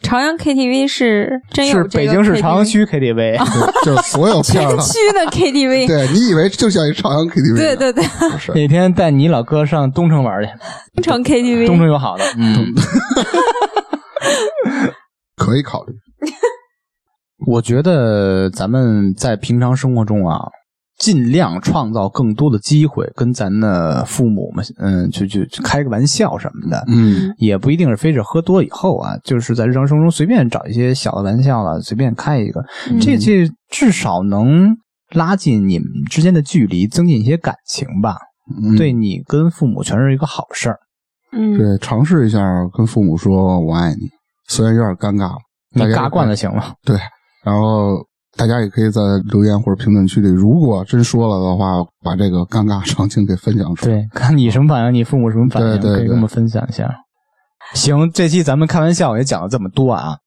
Speaker 2: 朝阳 KTV 是真有
Speaker 1: 是
Speaker 2: 这
Speaker 1: 北
Speaker 2: 个
Speaker 1: 京市
Speaker 2: KTV
Speaker 1: 朝阳区 KTV，、？”
Speaker 3: 就是所有片儿
Speaker 2: 全
Speaker 3: 的，
Speaker 2: 区的 KTV。
Speaker 3: 对你以为就像一朝阳 KTV，
Speaker 2: 对对对，
Speaker 3: 不是
Speaker 1: 哪天带你老哥上东城玩去，
Speaker 2: 东
Speaker 1: 东
Speaker 2: 城 KTV
Speaker 1: 城有好的。嗯，
Speaker 3: 可以考虑。
Speaker 1: 我觉得咱们在平常生活中啊，尽量创造更多的机会，跟咱的父母们，嗯，去去去开个玩笑什么的，
Speaker 3: 嗯
Speaker 1: 也不一定是非是喝多以后啊，就是在日常生活中随便找一些小的玩笑了，随便开一个，
Speaker 2: 嗯
Speaker 1: 这这至少能拉近你们之间的距离，增进一些感情吧。
Speaker 3: 嗯，
Speaker 1: 对你跟父母全是一个好事儿。
Speaker 2: 嗯，
Speaker 3: 对，尝试一下跟父母说“我爱你”，虽然有点尴尬，
Speaker 1: 你
Speaker 3: 大家哎
Speaker 1: 嘎惯了行吗？
Speaker 3: 对，然后大家也可以在留言或者评论区里，如果真说了的话，把这个尴尬场景给分享出来。
Speaker 1: 对，看你什么反应，你父母什么反应，
Speaker 3: 对对
Speaker 1: 可以
Speaker 3: 对
Speaker 1: 跟我们分享一下。行，这期咱们开玩笑也讲了这么多啊，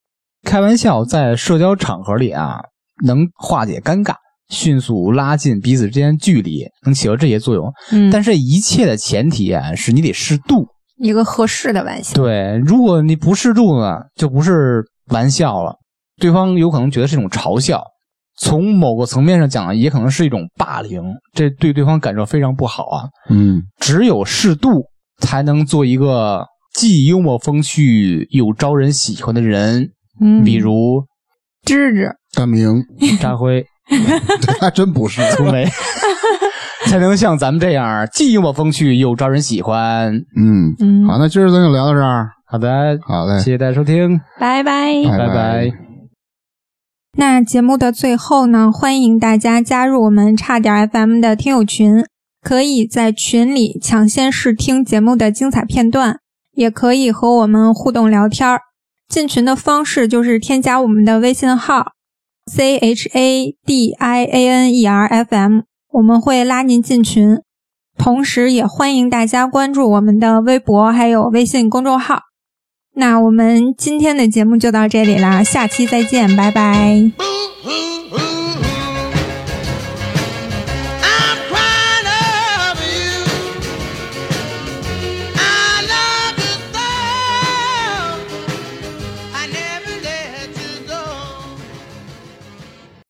Speaker 1: 开玩笑在社交场合里啊，能化解尴尬，迅速拉近彼此之间距离，能起到这些作用。
Speaker 2: 嗯
Speaker 1: 但是一切的前提啊，是你得适度。
Speaker 2: 一个合适的玩笑。
Speaker 1: 对，如果你不适度呢，就不是玩笑了，对方有可能觉得是一种嘲笑。从某个层面上讲，也可能是一种霸凌，这对对方感受非常不好啊。
Speaker 3: 嗯，
Speaker 1: 只有适度才能做一个既幽默风趣又招人喜欢的人，
Speaker 2: 嗯，
Speaker 1: 比如
Speaker 2: 芝芝，
Speaker 3: 大明，
Speaker 1: 扎 辉、
Speaker 3: 对他真 不是，
Speaker 1: 苏梅，才能像咱们这样既幽默风趣又招人喜欢。
Speaker 3: 嗯，
Speaker 2: 嗯，
Speaker 3: 好，那今儿咱就聊到这儿，
Speaker 1: 好的，
Speaker 3: 好嘞，
Speaker 1: 谢谢大家收听，
Speaker 2: 拜拜。
Speaker 1: 哎拜拜
Speaker 2: 那节目的最后呢，欢迎大家加入我们差点 FM 的听友群，可以在群里抢先试听节目的精彩片段，也可以和我们互动聊天儿。进群的方式就是添加我们的微信号 c h a d i a n e r f m，我们会拉您进群。同时，也欢迎大家关注我们的微博还有微信公众号。那我们今天的节目就到这里啦，下期再见，拜拜。
Speaker 4: Boo hoo hoo.